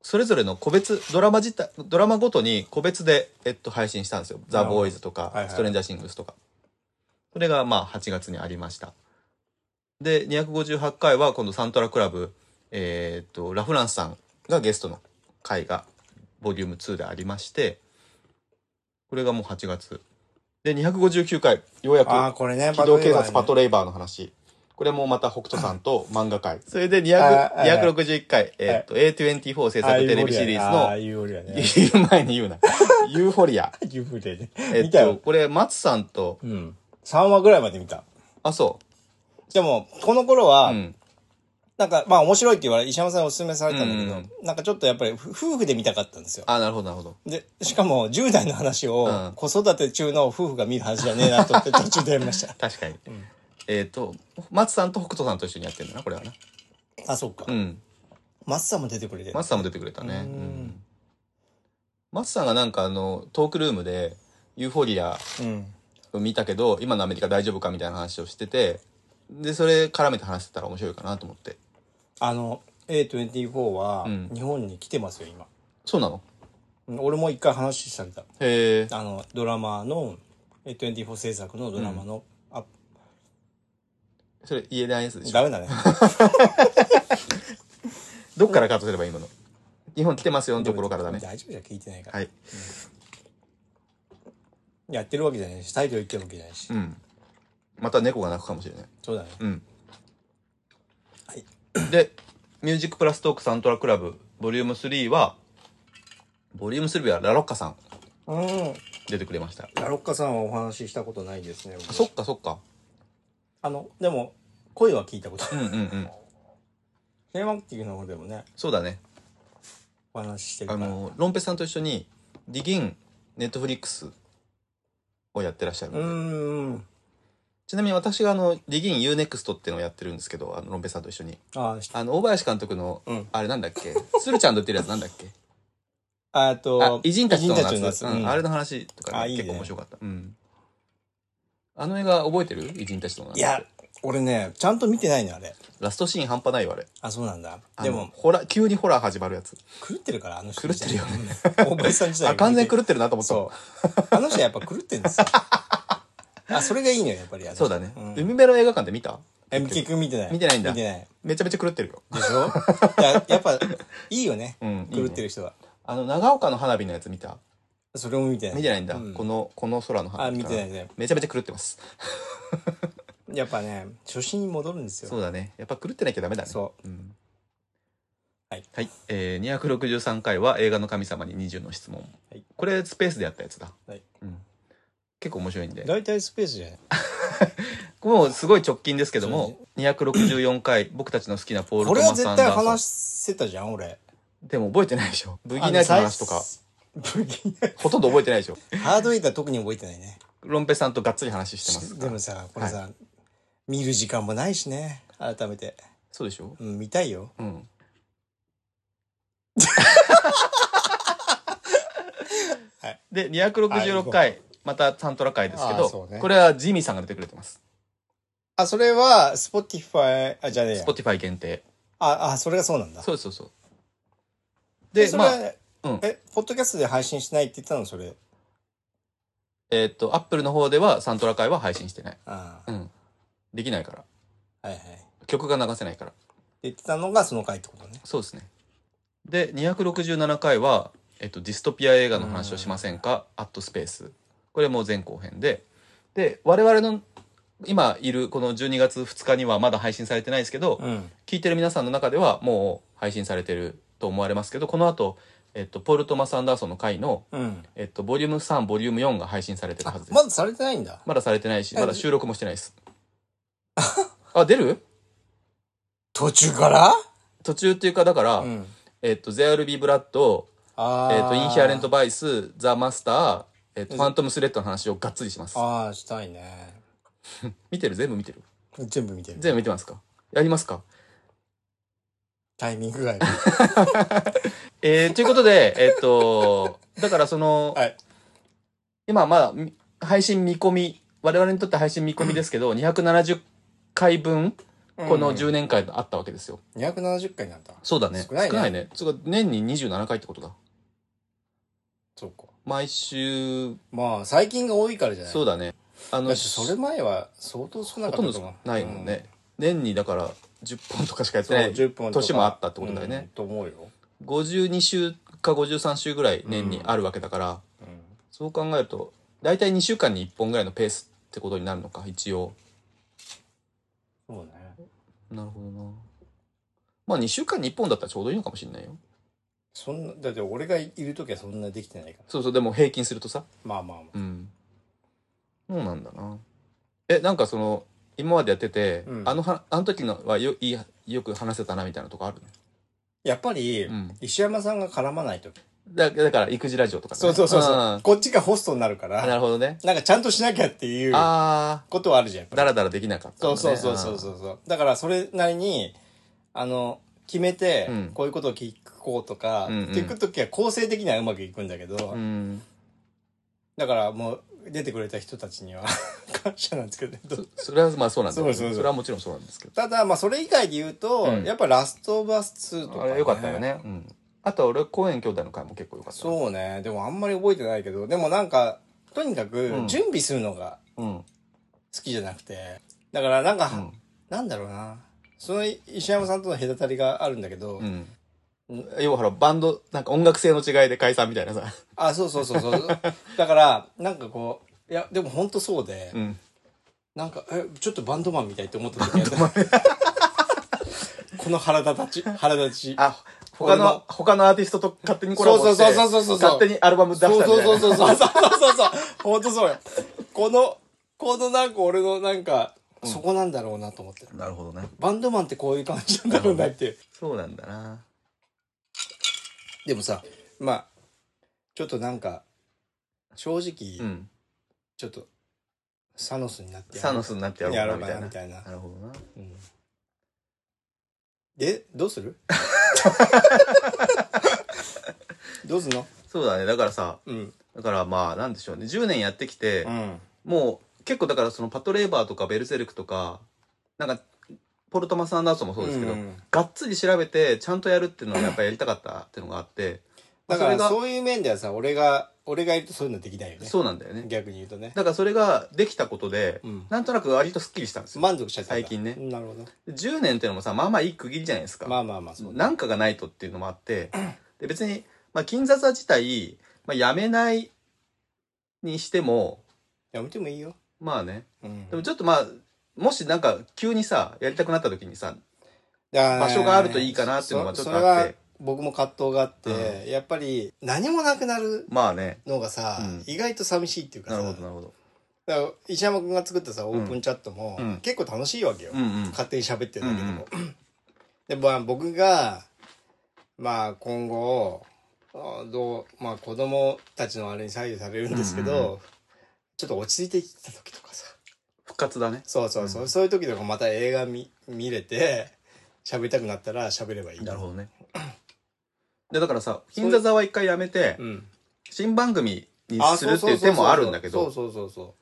[SPEAKER 1] それぞれの個別、ドラマ自体、ドラマごとに個別で、えっと、配信したんですよ。ザ・ボーイズとか、
[SPEAKER 2] はいはい
[SPEAKER 1] ストレンジャー・シングスとか。それが、まあ、8月にありました。で、258回は、今度、サントラクラブ、えーっと、ラ・フランスさんがゲストの回が、ボリューム2でありまして、これがもう8月。で、259回、ようやく、
[SPEAKER 2] ああ、これね、
[SPEAKER 1] 機動警察パト
[SPEAKER 2] レ
[SPEAKER 1] レイバーの話。これもまた北斗さんと漫画界。それで
[SPEAKER 2] あー
[SPEAKER 1] 200 261回、えーっと、A24 制
[SPEAKER 2] イバー
[SPEAKER 1] 作
[SPEAKER 2] ね
[SPEAKER 1] テレビシリ
[SPEAKER 2] ああ、
[SPEAKER 1] ー
[SPEAKER 2] ユーフォリアね。
[SPEAKER 1] ズの、言う前に
[SPEAKER 2] *laughs*
[SPEAKER 1] 言うな。ユーフォリア。
[SPEAKER 2] ユーフォリアね。
[SPEAKER 1] えっ
[SPEAKER 2] 見た
[SPEAKER 1] と、
[SPEAKER 2] よ。
[SPEAKER 1] これ、松さんと、
[SPEAKER 2] うん。3話ぐらいまで見た。
[SPEAKER 1] あ、そ
[SPEAKER 2] でも、この頃
[SPEAKER 1] う。
[SPEAKER 2] は
[SPEAKER 1] う、ん。
[SPEAKER 2] なんか、まあ面白いって言われ、石山さんにお勧めされたんだけど、
[SPEAKER 1] うん
[SPEAKER 2] なんかちょっとやっぱりふ夫婦で見たかったんですよ。
[SPEAKER 1] あ、なるほど、なるほど。
[SPEAKER 2] で、しかも10代の話
[SPEAKER 1] うん。
[SPEAKER 2] を子育て中の夫婦が見る話じゃねえなと思って途中でやりました
[SPEAKER 1] *laughs* 確かに。えーっと、松さんと北斗さんと一緒にやってるんだな、これはな。
[SPEAKER 2] あ、そうか
[SPEAKER 1] う。ん。
[SPEAKER 2] マッサも出てくれてる。
[SPEAKER 1] 松さんも出てくれたね。う
[SPEAKER 2] うん
[SPEAKER 1] ん。松さんがなんかあの、トークルームで、ユーフォリア
[SPEAKER 2] うん。
[SPEAKER 1] 見たけど今のアメリカ大丈夫かみたいな話をしててでそれ絡めて話してたら面白いかなと思って
[SPEAKER 2] あの、A24 は
[SPEAKER 1] うん
[SPEAKER 2] 日本に来てますよ、今。
[SPEAKER 1] そうなの
[SPEAKER 2] うん俺も一回話された。
[SPEAKER 1] へえ
[SPEAKER 2] あの、ドラマの、A24 制作のドラマの、あ、
[SPEAKER 1] それ言えないやつでしょ
[SPEAKER 2] ダメだ
[SPEAKER 1] *laughs*
[SPEAKER 2] ね。
[SPEAKER 1] どっからカットすればいいもの日本来てますよのところからだね
[SPEAKER 2] 大丈夫じゃん聞いてないから。
[SPEAKER 1] はい
[SPEAKER 2] やってるわけじゃないし、タイトル言ってるわけじゃないし。
[SPEAKER 1] うんまた猫が鳴くかもしれない
[SPEAKER 2] そうだね。
[SPEAKER 1] うん
[SPEAKER 2] はい
[SPEAKER 1] で「ミュージックプラストークサントラクラブボリューム3はボリューム3はラロッカさん
[SPEAKER 2] うん。
[SPEAKER 1] 出てくれました
[SPEAKER 2] ラロッカさんはお話ししたことないですね。
[SPEAKER 1] あそっかそっか
[SPEAKER 2] あの、でも、声は聞いたことあ
[SPEAKER 1] う
[SPEAKER 2] る。
[SPEAKER 1] んうんうん
[SPEAKER 2] テーマキングの方でもね、
[SPEAKER 1] そうだね
[SPEAKER 2] お話ししてる
[SPEAKER 1] あ
[SPEAKER 2] から。
[SPEAKER 1] のロンペさんと一緒に「ディギンネットフリックスをやってらっしゃる
[SPEAKER 2] うーん。
[SPEAKER 1] ちなみに私があの、ディギン UNEXT っていうのをやってるんですけど、あの、ロンペさんと一緒に。
[SPEAKER 2] あ、し
[SPEAKER 1] あの、大林監督の、
[SPEAKER 2] うん
[SPEAKER 1] あれなんだっけ、鶴ちゃんと言ってるやつなんだっ
[SPEAKER 2] *laughs*
[SPEAKER 1] け
[SPEAKER 2] あえっ
[SPEAKER 1] あ
[SPEAKER 2] と、、
[SPEAKER 1] 偉人たちの
[SPEAKER 2] 偉人
[SPEAKER 1] やつ。
[SPEAKER 2] の
[SPEAKER 1] うん、あ
[SPEAKER 2] や
[SPEAKER 1] れ
[SPEAKER 2] つ。
[SPEAKER 1] の話とかね、
[SPEAKER 2] あいいね
[SPEAKER 1] 結構面白かった。うん。あの映画覚えてる偉人たちの夏
[SPEAKER 2] いや、俺ね、ちゃんと見てないの、あれ。
[SPEAKER 1] ラストシーン半端ないよ、あれ。
[SPEAKER 2] あ、そうなんだ。
[SPEAKER 1] あの
[SPEAKER 2] でも、
[SPEAKER 1] ホラー、急にホラー始まるやつ。
[SPEAKER 2] 狂ってるから、あの人。
[SPEAKER 1] 狂ってるよね
[SPEAKER 2] うん。大林さん自体が
[SPEAKER 1] あ、完全に狂ってるなと思った。
[SPEAKER 2] そう。あの人はやっぱ狂ってんですよ。あ、それがいいのよ、やっぱり。あの人
[SPEAKER 1] そうだね。
[SPEAKER 2] うん
[SPEAKER 1] 海辺の映画館で見た
[SPEAKER 2] え、結局見てない。
[SPEAKER 1] 見てないんだ
[SPEAKER 2] 見てない。
[SPEAKER 1] めちゃめちゃ狂ってるよ。
[SPEAKER 2] でしょいややっぱ、いいよね。
[SPEAKER 1] うんいいね
[SPEAKER 2] 狂ってる人は。
[SPEAKER 1] あの、長岡の花火のやつ見た
[SPEAKER 2] それも見てない。
[SPEAKER 1] 見てないんだ。
[SPEAKER 2] うん
[SPEAKER 1] この、この空の花
[SPEAKER 2] あ、
[SPEAKER 1] 火
[SPEAKER 2] 見
[SPEAKER 1] か
[SPEAKER 2] てないね。
[SPEAKER 1] めちゃめちゃ狂ってます。
[SPEAKER 2] やっぱね、初心に戻るんですよ。
[SPEAKER 1] そうだね。やっぱ狂ってなきゃダメだね。。
[SPEAKER 2] そう
[SPEAKER 1] ん、
[SPEAKER 2] はい。
[SPEAKER 1] はい。えー、263回は映画の神様に20の質問。
[SPEAKER 2] はい
[SPEAKER 1] これ、スペースでやったやつだ。
[SPEAKER 2] はい
[SPEAKER 1] うん。結構面白いんで。
[SPEAKER 2] 大体スペースじゃない
[SPEAKER 1] もうすごい直近ですけども、264回、 *coughs* 僕たちの好きなポール・
[SPEAKER 2] こ
[SPEAKER 1] ト
[SPEAKER 2] れは
[SPEAKER 1] マス・
[SPEAKER 2] 絶
[SPEAKER 1] アン
[SPEAKER 2] 対
[SPEAKER 1] ダー
[SPEAKER 2] 話
[SPEAKER 1] ソ
[SPEAKER 2] せたじゃん、俺。
[SPEAKER 1] ン。でも覚えてないでしょ。ブギーナイトの話とか、
[SPEAKER 2] あの。最初ブギ
[SPEAKER 1] ほとんど覚えてないでしょ。
[SPEAKER 2] ナイハードエイター特に覚えてないね。
[SPEAKER 1] ロンペさんとがっつり話してます。
[SPEAKER 2] でもさ、これさ、見る時間もないしね。改めて。
[SPEAKER 1] そうでしょ
[SPEAKER 2] うん、見たいよ。
[SPEAKER 1] うん。
[SPEAKER 2] はい
[SPEAKER 1] で、266
[SPEAKER 2] は
[SPEAKER 1] 回、またサントラ回ですけ
[SPEAKER 2] あー
[SPEAKER 1] ど
[SPEAKER 2] そ、うね
[SPEAKER 1] これはジミーさんが出てくれてます。
[SPEAKER 2] あ、それは、スポティファイ、あ、じゃねえや
[SPEAKER 1] Spotify 限定。
[SPEAKER 2] あ、あ、それがそうなんだ。
[SPEAKER 1] そうそうそう。で、
[SPEAKER 2] それ
[SPEAKER 1] ま
[SPEAKER 2] は、
[SPEAKER 1] あ、うん
[SPEAKER 2] え、ポッドキャストで配信しないって言ったの、それ。
[SPEAKER 1] えーっと、Apple の方ではサントラ回は配信してない。
[SPEAKER 2] あ
[SPEAKER 1] うん。できないから。
[SPEAKER 2] あ、はいはい。って
[SPEAKER 1] 曲が流せないから。
[SPEAKER 2] 言ってたのが、その回ってことね。
[SPEAKER 1] そうですね。で、267回は、えっと、ディストピア映画の話をしませんかアットスペース。これも前後編で。で、我々の今いるこの12月2日にはまだ配信されてないですけど、
[SPEAKER 2] うん。
[SPEAKER 1] 聞いてる皆さんの中ではもう配信されてると思われますけど、この後、えっと、ポール・トマス・アンダーソンの回の、
[SPEAKER 2] うん。
[SPEAKER 1] えっと、ボリューム3、ボリューム4が配信されてるはずです。
[SPEAKER 2] まだされてないんだ。
[SPEAKER 1] まだされてないし、
[SPEAKER 2] え
[SPEAKER 1] まだ収録もしてないです。あ、出る
[SPEAKER 2] 途中から
[SPEAKER 1] 途中っていうか、だから、
[SPEAKER 2] ん。
[SPEAKER 1] えっと、ゼアルビー・ブラッド、
[SPEAKER 2] ああ。
[SPEAKER 1] えっと、インヒアレント・バイス、ザ・マスター、えっと、ファントム・スレッドの話をがっつりします。
[SPEAKER 2] ああ、したいね。
[SPEAKER 1] 見てる全部見てる
[SPEAKER 2] 全部見てる。
[SPEAKER 1] 全部見てますかやりますか
[SPEAKER 2] タイミングがある。
[SPEAKER 1] *laughs* えー、ということで、えっと、だからその、
[SPEAKER 2] はい
[SPEAKER 1] 今まだみ配信見込み、我々にとって配信見込みですけど、270回分、 *laughs* この10年間あったわけですよ。
[SPEAKER 2] 270回なんだ。
[SPEAKER 1] そうだね。
[SPEAKER 2] 少ないね
[SPEAKER 1] 少ないね。つうか年に27回ってことだ。
[SPEAKER 2] そうか。
[SPEAKER 1] 毎週、
[SPEAKER 2] まあ、最近が多いからじゃない
[SPEAKER 1] そうだね。あ
[SPEAKER 2] だ
[SPEAKER 1] の、
[SPEAKER 2] ってそれ前は相当少な
[SPEAKER 1] ほと
[SPEAKER 2] かった
[SPEAKER 1] ん
[SPEAKER 2] と思
[SPEAKER 1] ど
[SPEAKER 2] う。
[SPEAKER 1] ないもんね。年にだから10本とかしかやって
[SPEAKER 2] うん。
[SPEAKER 1] な
[SPEAKER 2] そう、
[SPEAKER 1] い。
[SPEAKER 2] 10本とか
[SPEAKER 1] 年もあったってことだよね
[SPEAKER 2] うんと思うよ。
[SPEAKER 1] 52週か53週ぐらい年にあるわけだから、
[SPEAKER 2] うん
[SPEAKER 1] そう考えると、だいたい2週間に1本ぐらいのペースってことになるのか、一応。
[SPEAKER 2] そうね。
[SPEAKER 1] なるほどな。まあ2週間に1本だったらちょうどいいのかもしれないよ。
[SPEAKER 2] そんな、だって俺がいるときはそんなできてないから。
[SPEAKER 1] そうそう、でも平均するとさ。
[SPEAKER 2] まあまあまあ。
[SPEAKER 1] うん。そうなんだな。え、なんかその、今までやってて、
[SPEAKER 2] うん
[SPEAKER 1] あのは、あの時のはよいいよく話せたなみたいなとこある
[SPEAKER 2] やっぱり、
[SPEAKER 1] うん
[SPEAKER 2] 石山さんが絡まないと。
[SPEAKER 1] だだから、育児ラジオとか、ね、
[SPEAKER 2] そうそうそう
[SPEAKER 1] う
[SPEAKER 2] そう。
[SPEAKER 1] ん
[SPEAKER 2] こっちがホストになるから、
[SPEAKER 1] なるほどね。
[SPEAKER 2] なんかちゃんとしなきゃっていう
[SPEAKER 1] あ
[SPEAKER 2] ことはあるじゃん、やっ
[SPEAKER 1] ー、
[SPEAKER 2] ぱり
[SPEAKER 1] だらだらできなかった
[SPEAKER 2] そ
[SPEAKER 1] の
[SPEAKER 2] う
[SPEAKER 1] ね、
[SPEAKER 2] そうそうそうそうそう。だからそれなりに、あの、決めて
[SPEAKER 1] うん、
[SPEAKER 2] こういうことを聞こうとか、
[SPEAKER 1] うんうん
[SPEAKER 2] 聞くときは構成的にはうまくいくんだけど、
[SPEAKER 1] あーうん。
[SPEAKER 2] だからもう出てくれた人たち
[SPEAKER 1] *laughs*
[SPEAKER 2] には感謝なんですけど。
[SPEAKER 1] そ *laughs* れはまあそうなんだけど、
[SPEAKER 2] そうそうそう
[SPEAKER 1] それはもちろんそうなんですけど。
[SPEAKER 2] ただ、まあそれ以外で言うと、
[SPEAKER 1] うん
[SPEAKER 2] やっぱラストバス2とか、
[SPEAKER 1] あれ良かったよ。ね。うん。あと俺、公園兄弟の回も結構良かった。う。
[SPEAKER 2] そうね。でもあんまり覚えてないけど、でもなんか、とにか
[SPEAKER 1] う
[SPEAKER 2] く
[SPEAKER 1] ん
[SPEAKER 2] 準備するのが
[SPEAKER 1] うん。
[SPEAKER 2] 好きじゃなくて、だからなんか、
[SPEAKER 1] うん
[SPEAKER 2] なんだろうな。その石山さんとの隔たりがあるんだけど、
[SPEAKER 1] うん。要はほら、バンド、なんか音楽性の違いで解散みたいなさ。
[SPEAKER 2] あ、そうそうそうそう。だから、なんかこう、いや、でも本当そうで、
[SPEAKER 1] うん。
[SPEAKER 2] なんか、え、ちょっとバンドマンみたいって思った時あったこの腹立ち、腹立ち。
[SPEAKER 1] あ、他
[SPEAKER 2] 俺
[SPEAKER 1] の
[SPEAKER 2] も、
[SPEAKER 1] 他のアーティストと勝手にコラボして、
[SPEAKER 2] そうそうそうそうそうそう
[SPEAKER 1] 勝手にアルバム出したみ
[SPEAKER 2] そう
[SPEAKER 1] たい
[SPEAKER 2] そう
[SPEAKER 1] な。
[SPEAKER 2] そうそうそうそうそうそう。本当そうよ。この、このなんか俺のなんか、そこなんだろうなと思って。
[SPEAKER 1] なるほどね。
[SPEAKER 2] バンドマンってこういう感じなんだろうなっていう。
[SPEAKER 1] そうなんだな。
[SPEAKER 2] でもさ、まあ、ちょっとなんか、正直、
[SPEAKER 1] うん。
[SPEAKER 2] ちょっと、サノスになってや
[SPEAKER 1] サ
[SPEAKER 2] ろ
[SPEAKER 1] ノ
[SPEAKER 2] う
[SPEAKER 1] スになってやろうか
[SPEAKER 2] やろうか
[SPEAKER 1] な
[SPEAKER 2] な
[SPEAKER 1] み
[SPEAKER 2] み
[SPEAKER 1] た
[SPEAKER 2] た
[SPEAKER 1] い
[SPEAKER 2] い
[SPEAKER 1] な。
[SPEAKER 2] な
[SPEAKER 1] なるほどな。
[SPEAKER 2] うんえ、どう
[SPEAKER 1] *laughs*
[SPEAKER 2] するどうすんの
[SPEAKER 1] そうだね。だからさ、
[SPEAKER 2] うん。
[SPEAKER 1] だからまあ、なんでしょうね。10年やってきて、
[SPEAKER 2] うん。
[SPEAKER 1] もう結構だからそのパトレーバーとかベルセルクとか、なんか、ポルトマス・アンダーソンもそうですけど、
[SPEAKER 2] うん
[SPEAKER 1] がっつり調べてちゃんとやるっていうのをやっぱやりたかったっていうのがあって、
[SPEAKER 2] だか
[SPEAKER 1] それが
[SPEAKER 2] らそういう面ではさ、俺が、俺がいるとそういうのできないよね。
[SPEAKER 1] そうなんだよね。
[SPEAKER 2] 逆に言うとね。
[SPEAKER 1] だからそれができたことで、
[SPEAKER 2] うん
[SPEAKER 1] なんとなく割とスッキリしたんですよ。
[SPEAKER 2] 満足しちゃったんだ
[SPEAKER 1] 最近ね
[SPEAKER 2] うんなるほど。
[SPEAKER 1] 10年っていうのもさ、まあまあいい区切りじゃないですか。
[SPEAKER 2] まあまあまあ、そうね。
[SPEAKER 1] なんかがないとっていうのもあって、で別に、まあ金座座自体、まあやめないにしても、
[SPEAKER 2] やめてもいいよ。
[SPEAKER 1] まあね、
[SPEAKER 2] うん
[SPEAKER 1] でもちょっとまあ、もしなんか急にさ、やりたくなった時にさ、
[SPEAKER 2] 場
[SPEAKER 1] 場所があるといいかなっていうのがちょっとあって
[SPEAKER 2] 僕も葛藤があって、やっぱり何もなくなる
[SPEAKER 1] まあね、
[SPEAKER 2] のがさ、
[SPEAKER 1] うん
[SPEAKER 2] 意外と寂しいっていうか
[SPEAKER 1] な
[SPEAKER 2] さ、
[SPEAKER 1] るほどなるほど。
[SPEAKER 2] だから石山君が作ったさ、オープンチャットも、
[SPEAKER 1] うん
[SPEAKER 2] 結構楽しいわけよ。
[SPEAKER 1] うんうん。
[SPEAKER 2] 勝手に喋ってるだけでも。で、まあ僕が、まあ今後、あどう、まあ子供たちのあれに左右されるんですけど、
[SPEAKER 1] うんうん
[SPEAKER 2] ちょっと落ち着いてきた時とかさ、
[SPEAKER 1] 復活だね。
[SPEAKER 2] そうそうそう、そういう時とかまた映画見見れて、喋りたくなったら喋ればいい。
[SPEAKER 1] なるほどね。で、だからさ、金座座は一回やめて、
[SPEAKER 2] うん。
[SPEAKER 1] 新番組に
[SPEAKER 2] あ
[SPEAKER 1] するっていう手もあるんだけど、
[SPEAKER 2] そうそうそう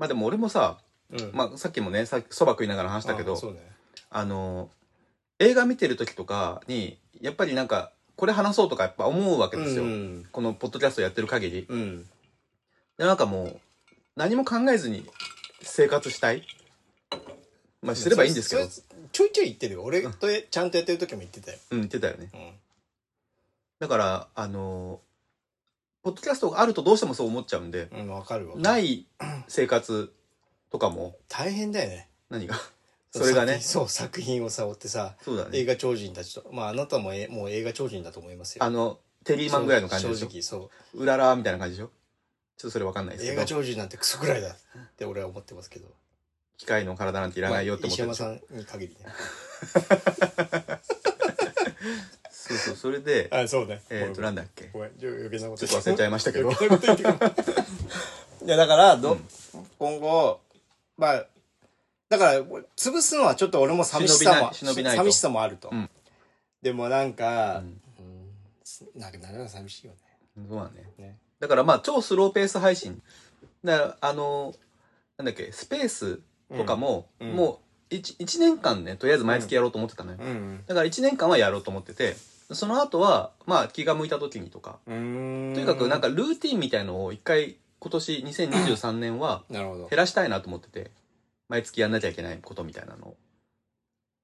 [SPEAKER 1] まあでも俺もさ、
[SPEAKER 2] そうそう。うん
[SPEAKER 1] まあさっきもね、さっきそば食いながら話したけ
[SPEAKER 2] あ
[SPEAKER 1] ど、
[SPEAKER 2] そうね。
[SPEAKER 1] あの、映画見てる時とかに、やっぱりなんか、これ話そうとかやっぱ思うわけ
[SPEAKER 2] う
[SPEAKER 1] ですよ。
[SPEAKER 2] ん。
[SPEAKER 1] このポッドキャストやってる限り。
[SPEAKER 2] うん。
[SPEAKER 1] でなんかもう、何も考えずに生活したい。まあ、すればいいんですけど、
[SPEAKER 2] それそれちょいちょい言ってるよ。俺とえちゃんとやってる時も言ってたよ。
[SPEAKER 1] うん、言ってたよね。
[SPEAKER 2] うん。
[SPEAKER 1] だから、あの、ポッドキャストがあるとどうしてもそう思っちゃうんで、
[SPEAKER 2] うん、わかるわ。。
[SPEAKER 1] ないい生活とかも、
[SPEAKER 2] 大変だよね。
[SPEAKER 1] 何が、それがね
[SPEAKER 2] 作品、そう、作品をさ、追ってさ、
[SPEAKER 1] そうだ
[SPEAKER 2] 映
[SPEAKER 1] ね。
[SPEAKER 2] 画超人たちと、まああなたもえもう映画超人だと思いますよ。
[SPEAKER 1] あの、テリーマンぐらいの感じでし
[SPEAKER 2] 正
[SPEAKER 1] ょ。
[SPEAKER 2] 直、そう。
[SPEAKER 1] うららみたいな感じでしょ。ちょっとそれわかんないです
[SPEAKER 2] 映
[SPEAKER 1] け
[SPEAKER 2] 画
[SPEAKER 1] ど、
[SPEAKER 2] 超人なんてクソくらいだって俺は思ってますけど。い
[SPEAKER 1] 機械の体なんていらないよって思っ
[SPEAKER 2] 石
[SPEAKER 1] てる
[SPEAKER 2] 山
[SPEAKER 1] でしょ
[SPEAKER 2] さんに限りね。
[SPEAKER 1] そうそう、それで、
[SPEAKER 2] あ、そうね。 *laughs*
[SPEAKER 1] えっと、なんだっけ。
[SPEAKER 2] ごめん、ちょ余計なこと
[SPEAKER 1] ちょっと忘れちゃいましたけど
[SPEAKER 2] 余計なこと言ってくる *laughs* いや、だから、ど、今後、まあ、だから、潰すのはちょっと俺も寂しさ
[SPEAKER 1] 忍びな
[SPEAKER 2] も、
[SPEAKER 1] い忍びないと
[SPEAKER 2] 寂しさもあると。
[SPEAKER 1] うん
[SPEAKER 2] でもなんか、
[SPEAKER 1] うん
[SPEAKER 2] うんなくなるのは寂しいよね。
[SPEAKER 3] そうだね。
[SPEAKER 2] ね。
[SPEAKER 1] だからまあ超スローペース配信。だからあの、なんだっけ、スペースとかも、
[SPEAKER 2] うんうん
[SPEAKER 1] もう 1, 一年間ね、とりあえず毎月やろうと思ってたのよ。
[SPEAKER 2] うん。
[SPEAKER 1] だから1年間はやろうと思ってて、その後は、まあ気が向いた時にとか、
[SPEAKER 2] うん。
[SPEAKER 1] とにかくなん
[SPEAKER 2] か、
[SPEAKER 1] かルーティンみたいのを一回今年2023年
[SPEAKER 2] *laughs*
[SPEAKER 1] は
[SPEAKER 2] なるほど。
[SPEAKER 1] 減らしたいなと思ってて、毎月やんなきゃいけないことみたいなのを。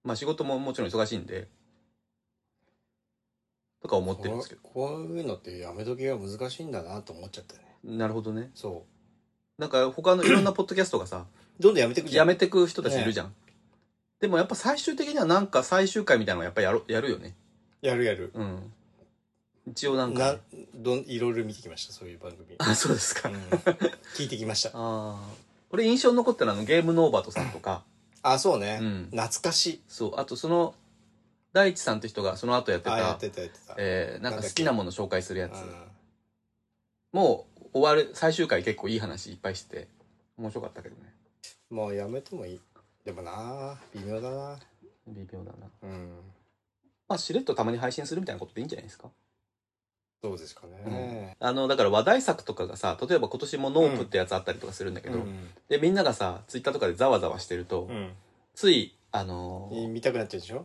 [SPEAKER 1] まあ仕事ももちろん忙しいんで、とか思ってるんですけど。
[SPEAKER 2] こうこういうのってやめときが難しいんだなと思っちゃったね。
[SPEAKER 1] なるほどね。
[SPEAKER 2] そ
[SPEAKER 1] なんか他のいろんなポッドキャストがさ、
[SPEAKER 2] う。どんどんやめてくじゃ
[SPEAKER 1] や
[SPEAKER 2] ん。
[SPEAKER 1] めてく人たちいるじゃん。でもやっぱ最終的にはなんか最終回みたいなのはやっぱやろやるよね。
[SPEAKER 2] やるやる。
[SPEAKER 1] うん。一応なんか、
[SPEAKER 2] な、どん、いろいろ見てきました、そういう番
[SPEAKER 1] *laughs*
[SPEAKER 2] 組。
[SPEAKER 1] あ、そうですか。
[SPEAKER 2] うん
[SPEAKER 1] あ
[SPEAKER 2] 聞いてきました。
[SPEAKER 1] あー。俺印象に残ったのはあのゲームノーバートさんとか、
[SPEAKER 2] あ、そう
[SPEAKER 1] う
[SPEAKER 2] ね。
[SPEAKER 1] ん。
[SPEAKER 2] 懐かしい。
[SPEAKER 1] そう、あとその、大地さんって人がその後やって
[SPEAKER 2] あ、や
[SPEAKER 1] た
[SPEAKER 2] っ、てた、やってた。
[SPEAKER 1] えー、なん
[SPEAKER 2] なんだっ
[SPEAKER 1] か
[SPEAKER 2] け
[SPEAKER 1] 好きなもの紹介するやつ。
[SPEAKER 2] うん
[SPEAKER 1] もう終わる、最終回結構いい話いっぱいしてて、面白かったけどね。
[SPEAKER 2] もうやめてもいい。でもな微妙だな
[SPEAKER 1] 微妙だな。
[SPEAKER 2] うん。
[SPEAKER 1] まあ、しれっとたまに配信するみたいなことでいいんじゃないですか。
[SPEAKER 2] どうですかね。
[SPEAKER 1] あの、だから話題作とかがさ、例えば今年もノープってやつあったりとかするんだけ
[SPEAKER 2] う
[SPEAKER 1] ど、
[SPEAKER 2] ん。
[SPEAKER 1] で、みんながさ、ツイッターとかでざわざわしてると、
[SPEAKER 2] うん。
[SPEAKER 1] つい、あのー
[SPEAKER 2] 見たくなっちゃうでしょ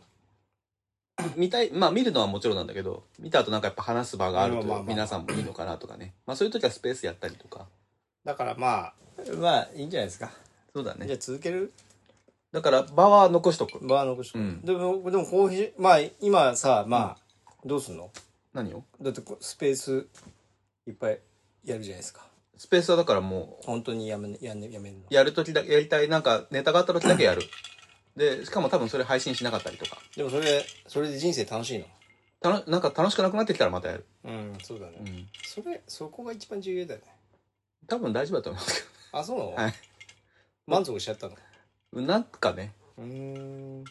[SPEAKER 1] 見たい、まあ見るのはもちろんなんだけど、見た後なんかやっぱ話す場がある
[SPEAKER 2] まあまあ
[SPEAKER 1] と
[SPEAKER 2] まあ
[SPEAKER 1] 皆さんもいいのかなとかね。まあそういう時はスペースやったりとか。
[SPEAKER 2] だからまあ、まあいいんじゃないですか。
[SPEAKER 1] そうだ
[SPEAKER 2] じゃ
[SPEAKER 1] ね。
[SPEAKER 2] あ続ける
[SPEAKER 1] だから場は残しとく。
[SPEAKER 2] バー残しとく
[SPEAKER 1] うん
[SPEAKER 2] でも、でもコーヒー、まあ今さ、まあ、どうすんの
[SPEAKER 1] 何を
[SPEAKER 2] だってこうスペースいっぱいやるじゃないですか。
[SPEAKER 1] スペースはだからもう、
[SPEAKER 2] 本当にやめ、やめ、やめるの。
[SPEAKER 1] やる時だけ、やりたい、なんかネタがあった時だけやる。で、しかも多分それ配信しなかったりとか。
[SPEAKER 2] でもそれ、それで人生楽しいの。
[SPEAKER 1] たのなんか楽しくなくなってきたらまたやる。
[SPEAKER 2] うん、そうだね。
[SPEAKER 1] うん。
[SPEAKER 2] それ、そこが一番重要だよね。
[SPEAKER 1] 多分大丈夫だと思います
[SPEAKER 2] あ、そうなの、
[SPEAKER 1] はい
[SPEAKER 2] 満足しちゃったの。
[SPEAKER 1] けど。なんかね。
[SPEAKER 2] うーん。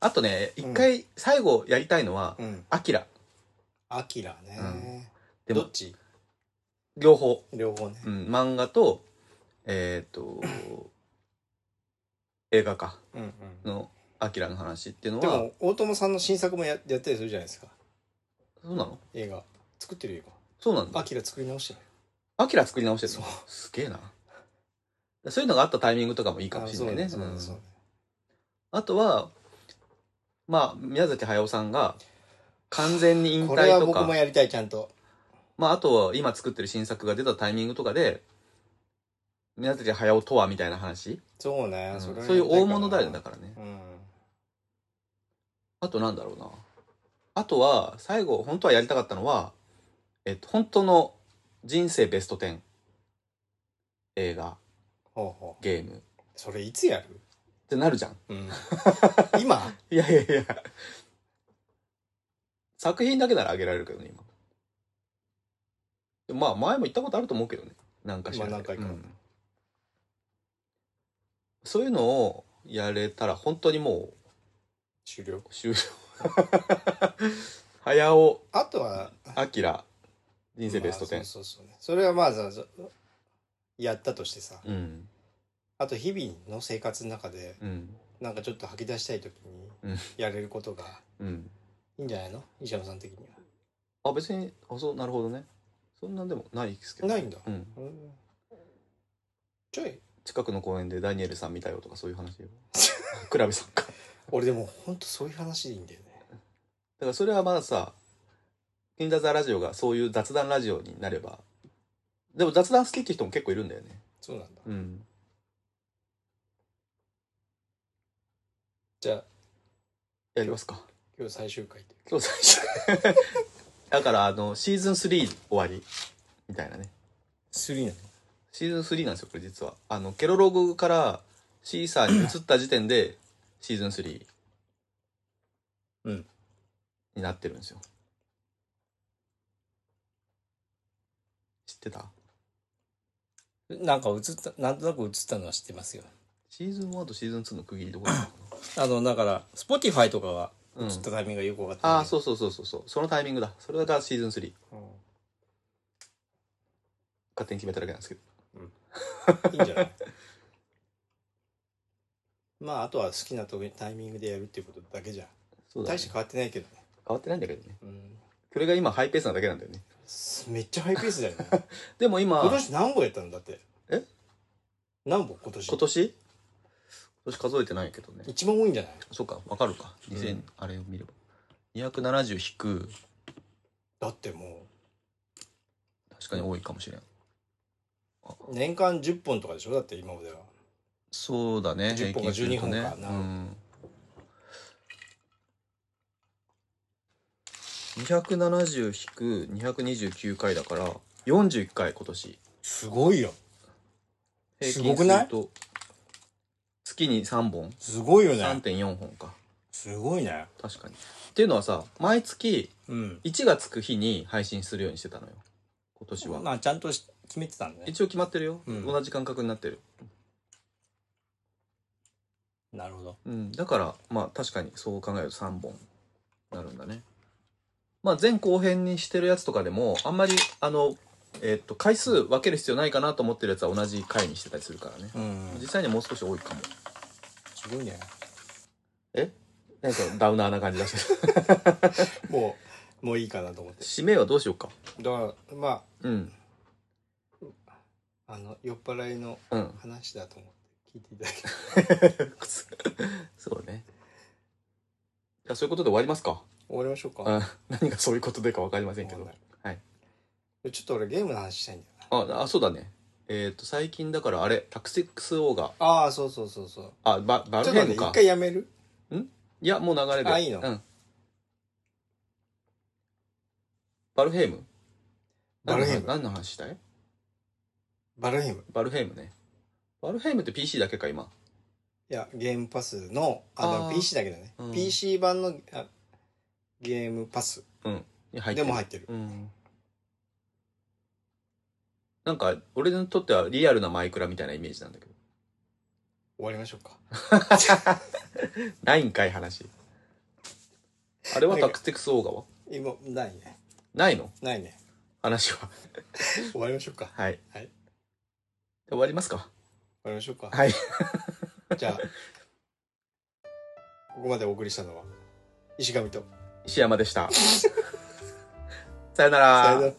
[SPEAKER 1] あとね、
[SPEAKER 2] うん
[SPEAKER 1] 一回最後やりたいのは、
[SPEAKER 2] うん。
[SPEAKER 1] アキラ。
[SPEAKER 2] アキラね、
[SPEAKER 1] うん
[SPEAKER 2] どっち
[SPEAKER 1] 両方。
[SPEAKER 2] 両方ね。
[SPEAKER 1] うん、漫画と、えっ、と、映画か、
[SPEAKER 2] うんうん。
[SPEAKER 1] の、アキラの話っていうの
[SPEAKER 2] で
[SPEAKER 1] は、
[SPEAKER 2] も、大友さんの新作もややったりするじゃないですか。
[SPEAKER 1] そうなの
[SPEAKER 2] 映画。作ってる映
[SPEAKER 1] そうなん
[SPEAKER 2] 画。ア
[SPEAKER 1] だ。
[SPEAKER 2] キラ作り直してる。
[SPEAKER 1] アキラ作り直してるの
[SPEAKER 2] そう
[SPEAKER 1] すげえな。そういうのがあったタイミングとかもいいかもしれないね。
[SPEAKER 2] あそうだ
[SPEAKER 1] う
[SPEAKER 2] ね
[SPEAKER 1] ん
[SPEAKER 2] そうだね
[SPEAKER 1] あとは、まあ、宮崎駿さんが、完全に引
[SPEAKER 2] これは
[SPEAKER 1] 退と
[SPEAKER 2] 僕も
[SPEAKER 1] か、
[SPEAKER 2] やりたい、ちゃんと。
[SPEAKER 1] まあ、あとは今作ってる新作が出たタイミングとかで、宮崎駿とはみたいな話、
[SPEAKER 2] そうね、
[SPEAKER 1] うん
[SPEAKER 2] それは
[SPEAKER 1] そういう大物だよね、
[SPEAKER 2] や
[SPEAKER 1] だ
[SPEAKER 2] り
[SPEAKER 1] からね。
[SPEAKER 2] たいかな。うん。
[SPEAKER 1] あとなんだろうな。あとは、最後、本当はやりたかったのは、えっと、本当の人生ベスト10。映画、
[SPEAKER 2] ほうほう。
[SPEAKER 1] ゲーム。っ
[SPEAKER 2] それいつやる
[SPEAKER 1] てなるじゃん。
[SPEAKER 2] うん。 *laughs* 今
[SPEAKER 1] いやいやいや。作品だけならあげられるけどね、今。でまあ、前も言ったことあると思うけどね。なんかしらで。
[SPEAKER 2] まあ何回か
[SPEAKER 1] うんそういうのをやれたら、本当にも
[SPEAKER 2] 終了。
[SPEAKER 1] う
[SPEAKER 2] *laughs*
[SPEAKER 1] 終了。 *laughs* 早尾
[SPEAKER 2] あとは、
[SPEAKER 1] アキラ、人生ベスト
[SPEAKER 2] まあ
[SPEAKER 1] 10。
[SPEAKER 2] そうそうそうね。それはまあ、ざざやったとしてさ。
[SPEAKER 1] うん。
[SPEAKER 2] あと、日々の生活の中で、
[SPEAKER 1] うん。
[SPEAKER 2] なんかちょっと吐き出したい時
[SPEAKER 1] う
[SPEAKER 2] に
[SPEAKER 1] ん、
[SPEAKER 2] やれることが
[SPEAKER 1] うん。
[SPEAKER 2] いいんじゃないの石山さん的に
[SPEAKER 1] あ、別に、あ、そう、なるほどね。そんなんでもないですけ
[SPEAKER 2] は。
[SPEAKER 1] ど。
[SPEAKER 2] ないんだ。
[SPEAKER 1] うん。
[SPEAKER 2] うんちょい
[SPEAKER 1] 近くの公園でダニエルさん見たよとかそういう話よ。 *laughs* クラブさんか。
[SPEAKER 2] 俺でも本当そういう話でいいんだよね
[SPEAKER 1] だからそれはまださ、金田座ラジオがそういう雑談ラジオになれば、でも雑談好きって人も結構いるんだよね。
[SPEAKER 2] そうなんだ
[SPEAKER 1] うん。
[SPEAKER 2] じゃあ
[SPEAKER 1] やりますか。
[SPEAKER 2] 今日最終回で
[SPEAKER 1] 今日最初。 *laughs* だからあの、シーズン3終わり、みたいなね。
[SPEAKER 2] 3なの
[SPEAKER 1] シーズン3なんですよ、これ実は。あの、ケロログからシーサーに移った時点で、 *clears throat* シーズン3。
[SPEAKER 2] うん。
[SPEAKER 1] になってるんですよ。知ってた
[SPEAKER 2] なんか映ったなんとなく映ったのは知ってますよ
[SPEAKER 1] シーズン1とシーズン2の区切りどこだったかな
[SPEAKER 2] あのだから Spotify とかは *clears throat* 映
[SPEAKER 1] うん
[SPEAKER 2] ったタイミングがよく分かった、
[SPEAKER 1] ああ、そうそうそうそうそう。そのタイミングだ。それがシーズン3。
[SPEAKER 2] うん、
[SPEAKER 1] 勝手に決めただけなんですけど。
[SPEAKER 2] いいんじゃない *laughs* まああとは好きなとタイミングでやるっていうことだけじゃん
[SPEAKER 1] そうだ、
[SPEAKER 2] 大
[SPEAKER 1] ね
[SPEAKER 2] し。て変わってないけどね
[SPEAKER 1] 変わってないんだけどね。
[SPEAKER 2] うん
[SPEAKER 1] 今日それが今ハイペースなだけなんだよね。
[SPEAKER 2] めっちゃハイペースだよね。
[SPEAKER 1] でも今、
[SPEAKER 2] 今年何本やったんだって。
[SPEAKER 1] え
[SPEAKER 2] 何本今年
[SPEAKER 1] 今年今年数えてないけどね。
[SPEAKER 2] 一番多いんじゃない
[SPEAKER 1] そうか、わかるか。2000、
[SPEAKER 2] うん
[SPEAKER 1] あれを見れば。270引く、
[SPEAKER 2] だっても
[SPEAKER 1] 確かに多いかもしれん。
[SPEAKER 2] う、年間10本とかでしょだって今までは。
[SPEAKER 1] そうだね、
[SPEAKER 2] 10本か
[SPEAKER 1] 平均するとね
[SPEAKER 2] 12本かな
[SPEAKER 1] うん。270引く229回だから、41回今年。
[SPEAKER 2] すごいよ。すごく
[SPEAKER 1] 平
[SPEAKER 2] な
[SPEAKER 1] 均する
[SPEAKER 2] い
[SPEAKER 1] と月に3本
[SPEAKER 2] すごいよね。
[SPEAKER 1] 3.4本か
[SPEAKER 2] すごいね。
[SPEAKER 1] 確かにっていうのはさ毎月
[SPEAKER 2] うん。
[SPEAKER 1] 1がつく日に配信するようにしてたのよ今年は、
[SPEAKER 2] まあちゃんとし決めてたんだね。
[SPEAKER 1] 一応決まってるよ、
[SPEAKER 2] うん
[SPEAKER 1] 同じ感覚になってる、
[SPEAKER 2] なるほど。
[SPEAKER 1] うん、だからまあ確かにそう考えると3本なるんだねまあ前後編にしてるやつとかでもあんまりあのえっと回数分ける必要ないかなと思ってるやつは同じ回にしてたりするからね
[SPEAKER 2] うん。
[SPEAKER 1] 実際にはもう少し多いかも
[SPEAKER 2] すごいね。
[SPEAKER 1] なんかダウナーな感じだし
[SPEAKER 2] もう、もういいかなと思っ
[SPEAKER 1] *laughs*
[SPEAKER 2] て。
[SPEAKER 1] 締めはどうしようか
[SPEAKER 2] だから、ま
[SPEAKER 1] うん
[SPEAKER 2] あ、あの、酔っ払いの
[SPEAKER 1] *laughs* うん
[SPEAKER 2] 話だと思って聞いていただき *laughs* たい。
[SPEAKER 1] 靴そうね。じゃあそういうことで終わりますか。
[SPEAKER 2] 終わりましょうか。
[SPEAKER 1] あ何がそういうことでかわかりませんけ
[SPEAKER 2] わ
[SPEAKER 1] ど
[SPEAKER 2] かん。
[SPEAKER 1] はい
[SPEAKER 2] ない。ちょっと俺ゲームの話したいんだよな。
[SPEAKER 1] あ、あそうだね。えっ、と、最近だからあれ、タクティックスオーガ。
[SPEAKER 2] ああ、そうそうそうそう。
[SPEAKER 1] あ、ババ
[SPEAKER 2] ちょ
[SPEAKER 1] ル
[SPEAKER 2] っと
[SPEAKER 1] ヘイム
[SPEAKER 2] 待って、一
[SPEAKER 1] か。
[SPEAKER 2] 回やめる
[SPEAKER 1] いや、もう流れる。
[SPEAKER 2] あいいの
[SPEAKER 1] うん。バルヘイム
[SPEAKER 2] バルヘイム
[SPEAKER 1] 何の話何の話したい
[SPEAKER 2] バルヘイム。
[SPEAKER 1] バルヘイムね。バルヘイムって PC だけか、今。
[SPEAKER 2] いや、ゲームパスの、あ、で
[SPEAKER 1] あ
[SPEAKER 2] も
[SPEAKER 1] ー
[SPEAKER 2] PC だけどね。
[SPEAKER 1] うん
[SPEAKER 2] PC 版のあゲームパス
[SPEAKER 1] に入って
[SPEAKER 2] で
[SPEAKER 1] る
[SPEAKER 2] も入ってる。
[SPEAKER 1] うん。なんか、俺にとってはリアルなマイクラみたいなイメージなん
[SPEAKER 2] *laughs*
[SPEAKER 1] だけど。
[SPEAKER 2] 終わりましょうか。
[SPEAKER 1] ないんかい話あれはタクティクスオーガは
[SPEAKER 2] 今、ないね。
[SPEAKER 1] ないの
[SPEAKER 2] ないね。
[SPEAKER 1] 話は
[SPEAKER 2] 終わりましょうか。終
[SPEAKER 1] はい、
[SPEAKER 2] はい
[SPEAKER 1] 終わりますか
[SPEAKER 2] わりましょうか。
[SPEAKER 1] はい
[SPEAKER 2] じゃあ、ここまでお送りしたのは、石上と。
[SPEAKER 1] 石山でした *laughs* さよなら
[SPEAKER 2] さよなら。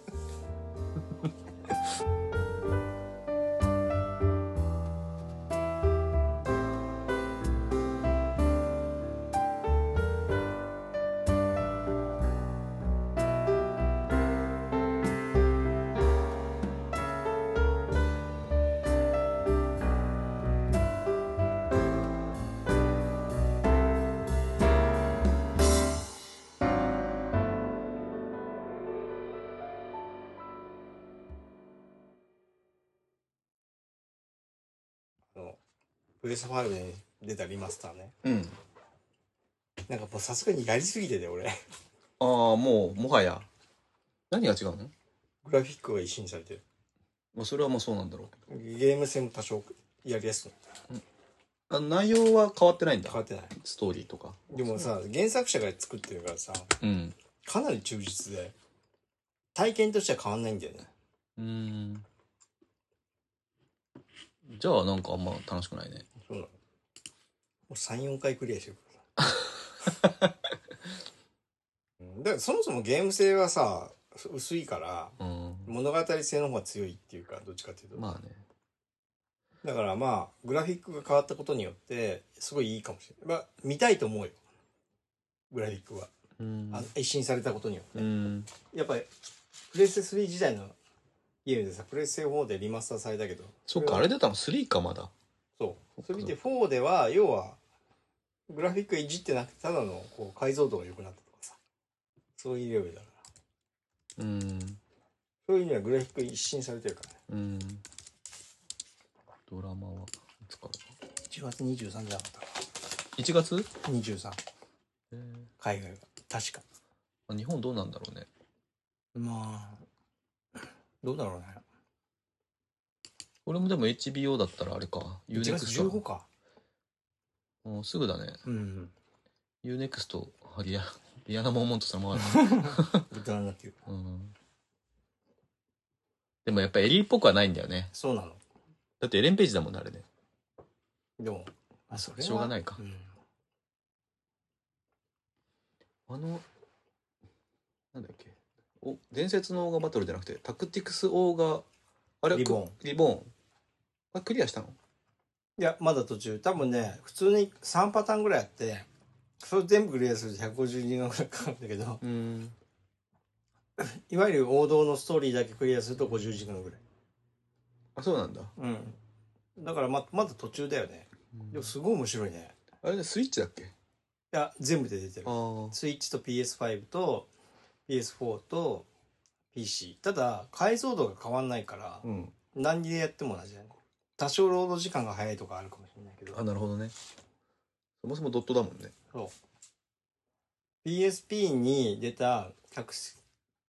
[SPEAKER 2] あの、PS5 で出たリマスターね。
[SPEAKER 1] うん
[SPEAKER 2] なんかもうさすがにやりすぎてて、俺。
[SPEAKER 1] ああもうもはや何が違うの
[SPEAKER 2] グラフィックが一新されてる。
[SPEAKER 1] まあそれはもうそうなんだろうけ
[SPEAKER 2] ゲーム性も多少やりやすくなっ
[SPEAKER 1] ど
[SPEAKER 2] た
[SPEAKER 1] あ内容は変わってないんだ
[SPEAKER 2] 変わってない。
[SPEAKER 1] ストーリーとか
[SPEAKER 2] でもさ、原作者が作ってるからさ、
[SPEAKER 1] うん
[SPEAKER 2] かなり忠実で、体験としては変わんないんだよね。
[SPEAKER 1] うーんじゃあなんかあんま楽しくないね
[SPEAKER 2] そうなの。もう3、4回クリ
[SPEAKER 1] *laughs*
[SPEAKER 2] アしてるからさ。うんだからそもそもゲーム性はさ、薄いから、
[SPEAKER 1] うん
[SPEAKER 2] 物語性の方が強いっていうか、どっちかっていうと。
[SPEAKER 1] まあね
[SPEAKER 2] だからまあ、グラフィックが変わったことによって、すごいいいかもしれない。まあ、見たいと思うよ。グラフィックは。
[SPEAKER 1] うん
[SPEAKER 2] あの一新されたことによって。
[SPEAKER 1] うん
[SPEAKER 2] やっぱり、プレステ3時代のゲームでさ、プレステ4でリマスターされたけど。
[SPEAKER 1] そっかあれ出たの3かまだ
[SPEAKER 2] そう。それ見て4では、要は、グラフィックいじってなくて、ただのこう解像度が良くなったとかさ。そういうレベルだか
[SPEAKER 1] う
[SPEAKER 2] ら。
[SPEAKER 1] ん
[SPEAKER 2] そういうにはグラフィック一新されてるからね。
[SPEAKER 1] うんドラマはいつからか
[SPEAKER 2] 1月23じゃなかったか
[SPEAKER 1] 1月、
[SPEAKER 2] な。23。
[SPEAKER 1] えー
[SPEAKER 2] 海外が。確か。
[SPEAKER 1] あ日本どうなんだろうね
[SPEAKER 2] まあ、どうだろうね。
[SPEAKER 1] 俺もでも HBO だったらあれか
[SPEAKER 2] 1月
[SPEAKER 1] UNEXT
[SPEAKER 2] 15か。
[SPEAKER 1] もうすぐだね
[SPEAKER 2] うん。
[SPEAKER 1] UNEXT あリア *laughs* リアナモンモンと様 *laughs* が、
[SPEAKER 2] ベテランになってる。
[SPEAKER 1] うん、でもやっぱエリーっぽくはないんだよね
[SPEAKER 2] そうなの。
[SPEAKER 1] だってエレンページだもんねあれね
[SPEAKER 2] でも、まあ、それは
[SPEAKER 1] しょうがないか
[SPEAKER 2] うん
[SPEAKER 1] あのなんだっけお伝説のオーガバトルじゃなくてタクティクスオーガあれ
[SPEAKER 2] リボン
[SPEAKER 1] くリボンあクリアしたの
[SPEAKER 2] いや、まだ途中。多分ね、普通に3パターンぐらいあって、それ全部クリアすると152万ぐらいかかるんだけど、
[SPEAKER 1] うん
[SPEAKER 2] いわゆる王道のストーリーだけクリアすると50時間ぐらい。
[SPEAKER 1] あそうなんだ
[SPEAKER 2] うん。だからま、まだ途中だよね。でもすごい面白いね。
[SPEAKER 1] あれスイッチだっけ
[SPEAKER 2] いや、全部で出てる
[SPEAKER 1] あ。ー
[SPEAKER 2] スイッチと PS5 と PS4 と PC。ただ、解像度が変わんないから、
[SPEAKER 1] うん
[SPEAKER 2] 何でやっても同じだね。多少ロード時間が早いとかあるかもしれないけど
[SPEAKER 1] あ。なるほどねそもそもドットだもんね
[SPEAKER 2] そう PSP に出たタクス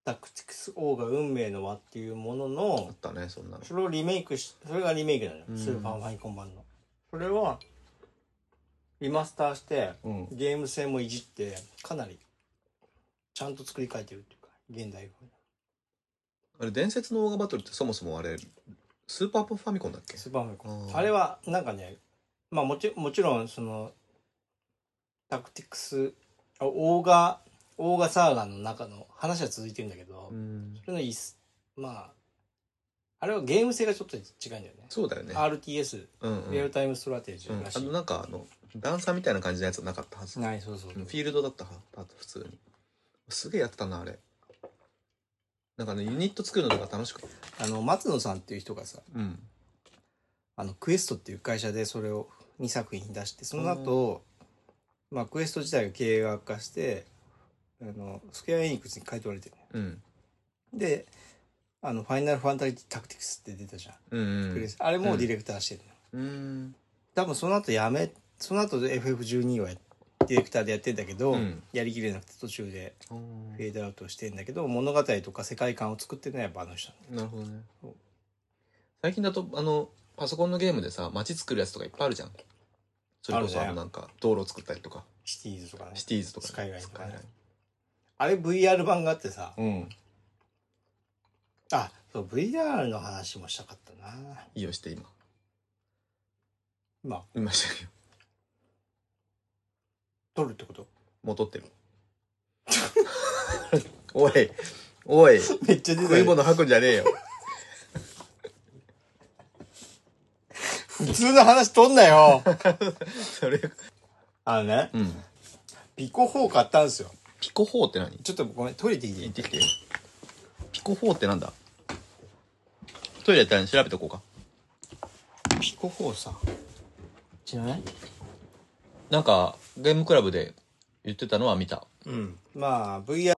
[SPEAKER 2] タクティクスオーガ運命の輪っていうもの
[SPEAKER 1] あ
[SPEAKER 2] の
[SPEAKER 1] ったねそんなの
[SPEAKER 2] それをリメイクしそれがリメイクなのよ、
[SPEAKER 1] うん
[SPEAKER 2] スーパーファイコン版のそれはリマスターして
[SPEAKER 1] うん
[SPEAKER 2] ゲーム性もいじってかなりちゃんと作り変えてるっていうか現代風
[SPEAKER 1] あれ伝説のオーガバトルってそもそもあれスーパーファミコンだっけ
[SPEAKER 2] スーパーファイコン
[SPEAKER 1] あー
[SPEAKER 2] あれはなんかねまあもちもちろんそのタクティクスあオーガオーガサーガの中の話は続いてるんだけど、
[SPEAKER 1] うん
[SPEAKER 2] それのいいっすまああれはゲーム性がちょっと違うんだよね
[SPEAKER 1] そうだよね
[SPEAKER 2] RTS
[SPEAKER 1] うんうん
[SPEAKER 2] リアルタイムストラテジ
[SPEAKER 1] う
[SPEAKER 2] ー
[SPEAKER 1] ん
[SPEAKER 2] ら
[SPEAKER 1] あ
[SPEAKER 2] しい、
[SPEAKER 1] のなんかあの段差みたいな感じのやつはなかったはず
[SPEAKER 2] ないそうそう
[SPEAKER 1] うんフィールドだったはだった普通にすげえやってたなあれなんかねユニット作るのとか楽しくて
[SPEAKER 2] あの松野さんっていう人がさ
[SPEAKER 1] うん
[SPEAKER 2] あのクエストっていう会社でそれを2作品出してその後、まあクエスト自体が経営が悪化してあのスケアエニックスに買い取られてる
[SPEAKER 1] うん
[SPEAKER 2] であの「ファイナルファンタジータクティクス」って出たじゃん、
[SPEAKER 1] うんう
[SPEAKER 2] クレ
[SPEAKER 1] ん
[SPEAKER 2] スあれもディレクターしてるの、
[SPEAKER 1] うん
[SPEAKER 2] 多分その後やめその後で FF12 はやディレクターでやってんだけど、
[SPEAKER 1] うん
[SPEAKER 2] やりきれなくて途中で
[SPEAKER 1] うん
[SPEAKER 2] フェードアウトしてんだけど物語とか世界観を作ってるのはやっぱあの人なんだ
[SPEAKER 1] なるほどね
[SPEAKER 2] そう
[SPEAKER 1] 最近だとあのパソコンのゲームでさ街作るやつとかいっぱいあるじゃんそれこそ
[SPEAKER 2] あ
[SPEAKER 1] あ
[SPEAKER 2] るね
[SPEAKER 1] のなんか道路作ったりとか
[SPEAKER 2] シティーズとかね
[SPEAKER 1] シティーズとか
[SPEAKER 2] スカイライン
[SPEAKER 1] ス
[SPEAKER 2] とか
[SPEAKER 1] カイライ
[SPEAKER 2] あれ VR 版があってさ
[SPEAKER 1] ンうん
[SPEAKER 2] あそう VR の話もしたかったない
[SPEAKER 1] いよして今
[SPEAKER 2] 今
[SPEAKER 1] 見ましたよ
[SPEAKER 2] 撮るってこと
[SPEAKER 1] もう撮ってる *laughs* おいおい
[SPEAKER 2] *laughs* めっちゃ出て
[SPEAKER 1] 食い
[SPEAKER 2] る
[SPEAKER 1] 物運んじゃねえよ
[SPEAKER 2] 普通の話撮んな *laughs* よ
[SPEAKER 1] それ
[SPEAKER 2] あのね
[SPEAKER 1] うん
[SPEAKER 2] ピコ4買ったんですよ
[SPEAKER 1] ピコ4って何
[SPEAKER 2] ちょっとごめんトイレ行ってきてい
[SPEAKER 1] 行っ
[SPEAKER 2] い
[SPEAKER 1] てきてピコ4ってなんだトイレやったら調べておこうか
[SPEAKER 2] ピコ4さ知らない
[SPEAKER 1] なんかゲームクラブで言ってたのは見た
[SPEAKER 2] うんまあ VR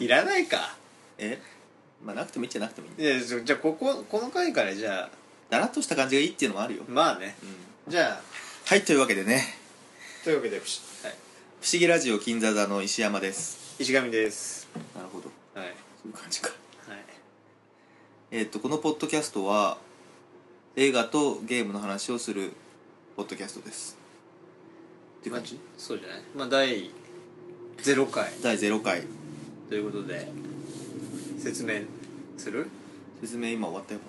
[SPEAKER 3] いらないかえまあなくてもいいっちゃなくてもいいんだ
[SPEAKER 2] いやじゃあじゃあこここの回からじゃあ
[SPEAKER 3] だらっとした感じがいいっていうのもあるよ、
[SPEAKER 2] まあね
[SPEAKER 3] うん、
[SPEAKER 2] じゃあ
[SPEAKER 3] はいというわけでね
[SPEAKER 2] というわけで、は
[SPEAKER 3] 「
[SPEAKER 2] い、
[SPEAKER 3] 不思議ラジオ金座座」の石山です
[SPEAKER 2] 石上です
[SPEAKER 3] なるほどそ
[SPEAKER 2] はいう
[SPEAKER 3] いう感じか
[SPEAKER 2] はい
[SPEAKER 3] えっとこのポッドキャストは映画とゲームの話をするポッドキャストですっていう感じ
[SPEAKER 2] そうじゃないまあ第0回
[SPEAKER 3] 第0回
[SPEAKER 2] ということで説明する
[SPEAKER 3] 説明今終わったよ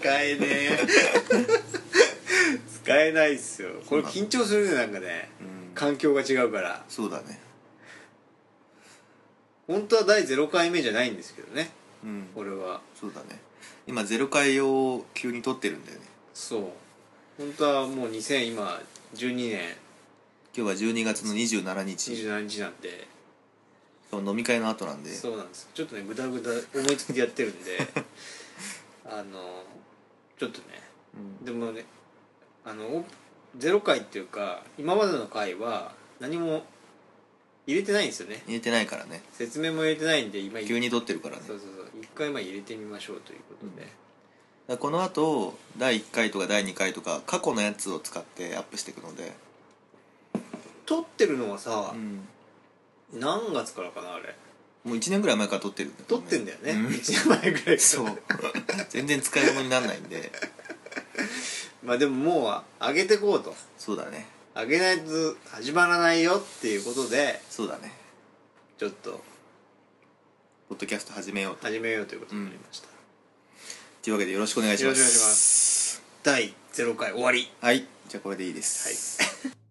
[SPEAKER 2] 使えねえ *laughs* 使えないっすよこれ緊張するねなんかね
[SPEAKER 3] うん
[SPEAKER 2] 環境が違うから
[SPEAKER 3] そうだね
[SPEAKER 2] 本当は第0回目じゃないんですけどね
[SPEAKER 3] うん
[SPEAKER 2] 俺は
[SPEAKER 3] そうだね今0回を急に撮ってるんだよね
[SPEAKER 2] そう本当はもう2000今12年
[SPEAKER 3] 今日は12月の27日
[SPEAKER 2] 27日なんで
[SPEAKER 3] 今日飲み会の後なんで
[SPEAKER 2] そうなんですよちょっとねグダグダ思いつきでやってるんであのちょっとね
[SPEAKER 3] うん
[SPEAKER 2] でもねあのお0回っていうか今までの回は何も入れてないんですよね
[SPEAKER 3] 入れてないからね
[SPEAKER 2] 説明も入れてないんで今
[SPEAKER 3] 急に撮ってるからね
[SPEAKER 2] そうそうそう一回まあ入れてみましょうということで、
[SPEAKER 3] だからこの後第1回とか第2回とか過去のやつを使ってアップしていくので、
[SPEAKER 2] 撮ってるのはさ
[SPEAKER 3] う、ん
[SPEAKER 2] 何月からかなあれ
[SPEAKER 3] もう1年ぐらい前から撮ってるんだけ
[SPEAKER 2] 撮
[SPEAKER 3] ど
[SPEAKER 2] っ
[SPEAKER 3] ね
[SPEAKER 2] てんだよね、
[SPEAKER 3] う
[SPEAKER 2] 1年前ぐらいから
[SPEAKER 3] そう全然使い物にならないんで
[SPEAKER 2] まあでももう上げてこうと
[SPEAKER 3] そうだね
[SPEAKER 2] あげないと始まらないよっていうことで
[SPEAKER 1] そうだね
[SPEAKER 2] ちょっと
[SPEAKER 1] ポッドキャスト始めようと
[SPEAKER 2] 始めようということになりました、
[SPEAKER 1] というわけでよろしくお願いします
[SPEAKER 2] よろしくお願いします第0回終わり
[SPEAKER 1] はいじゃあこれでいいです、
[SPEAKER 2] はい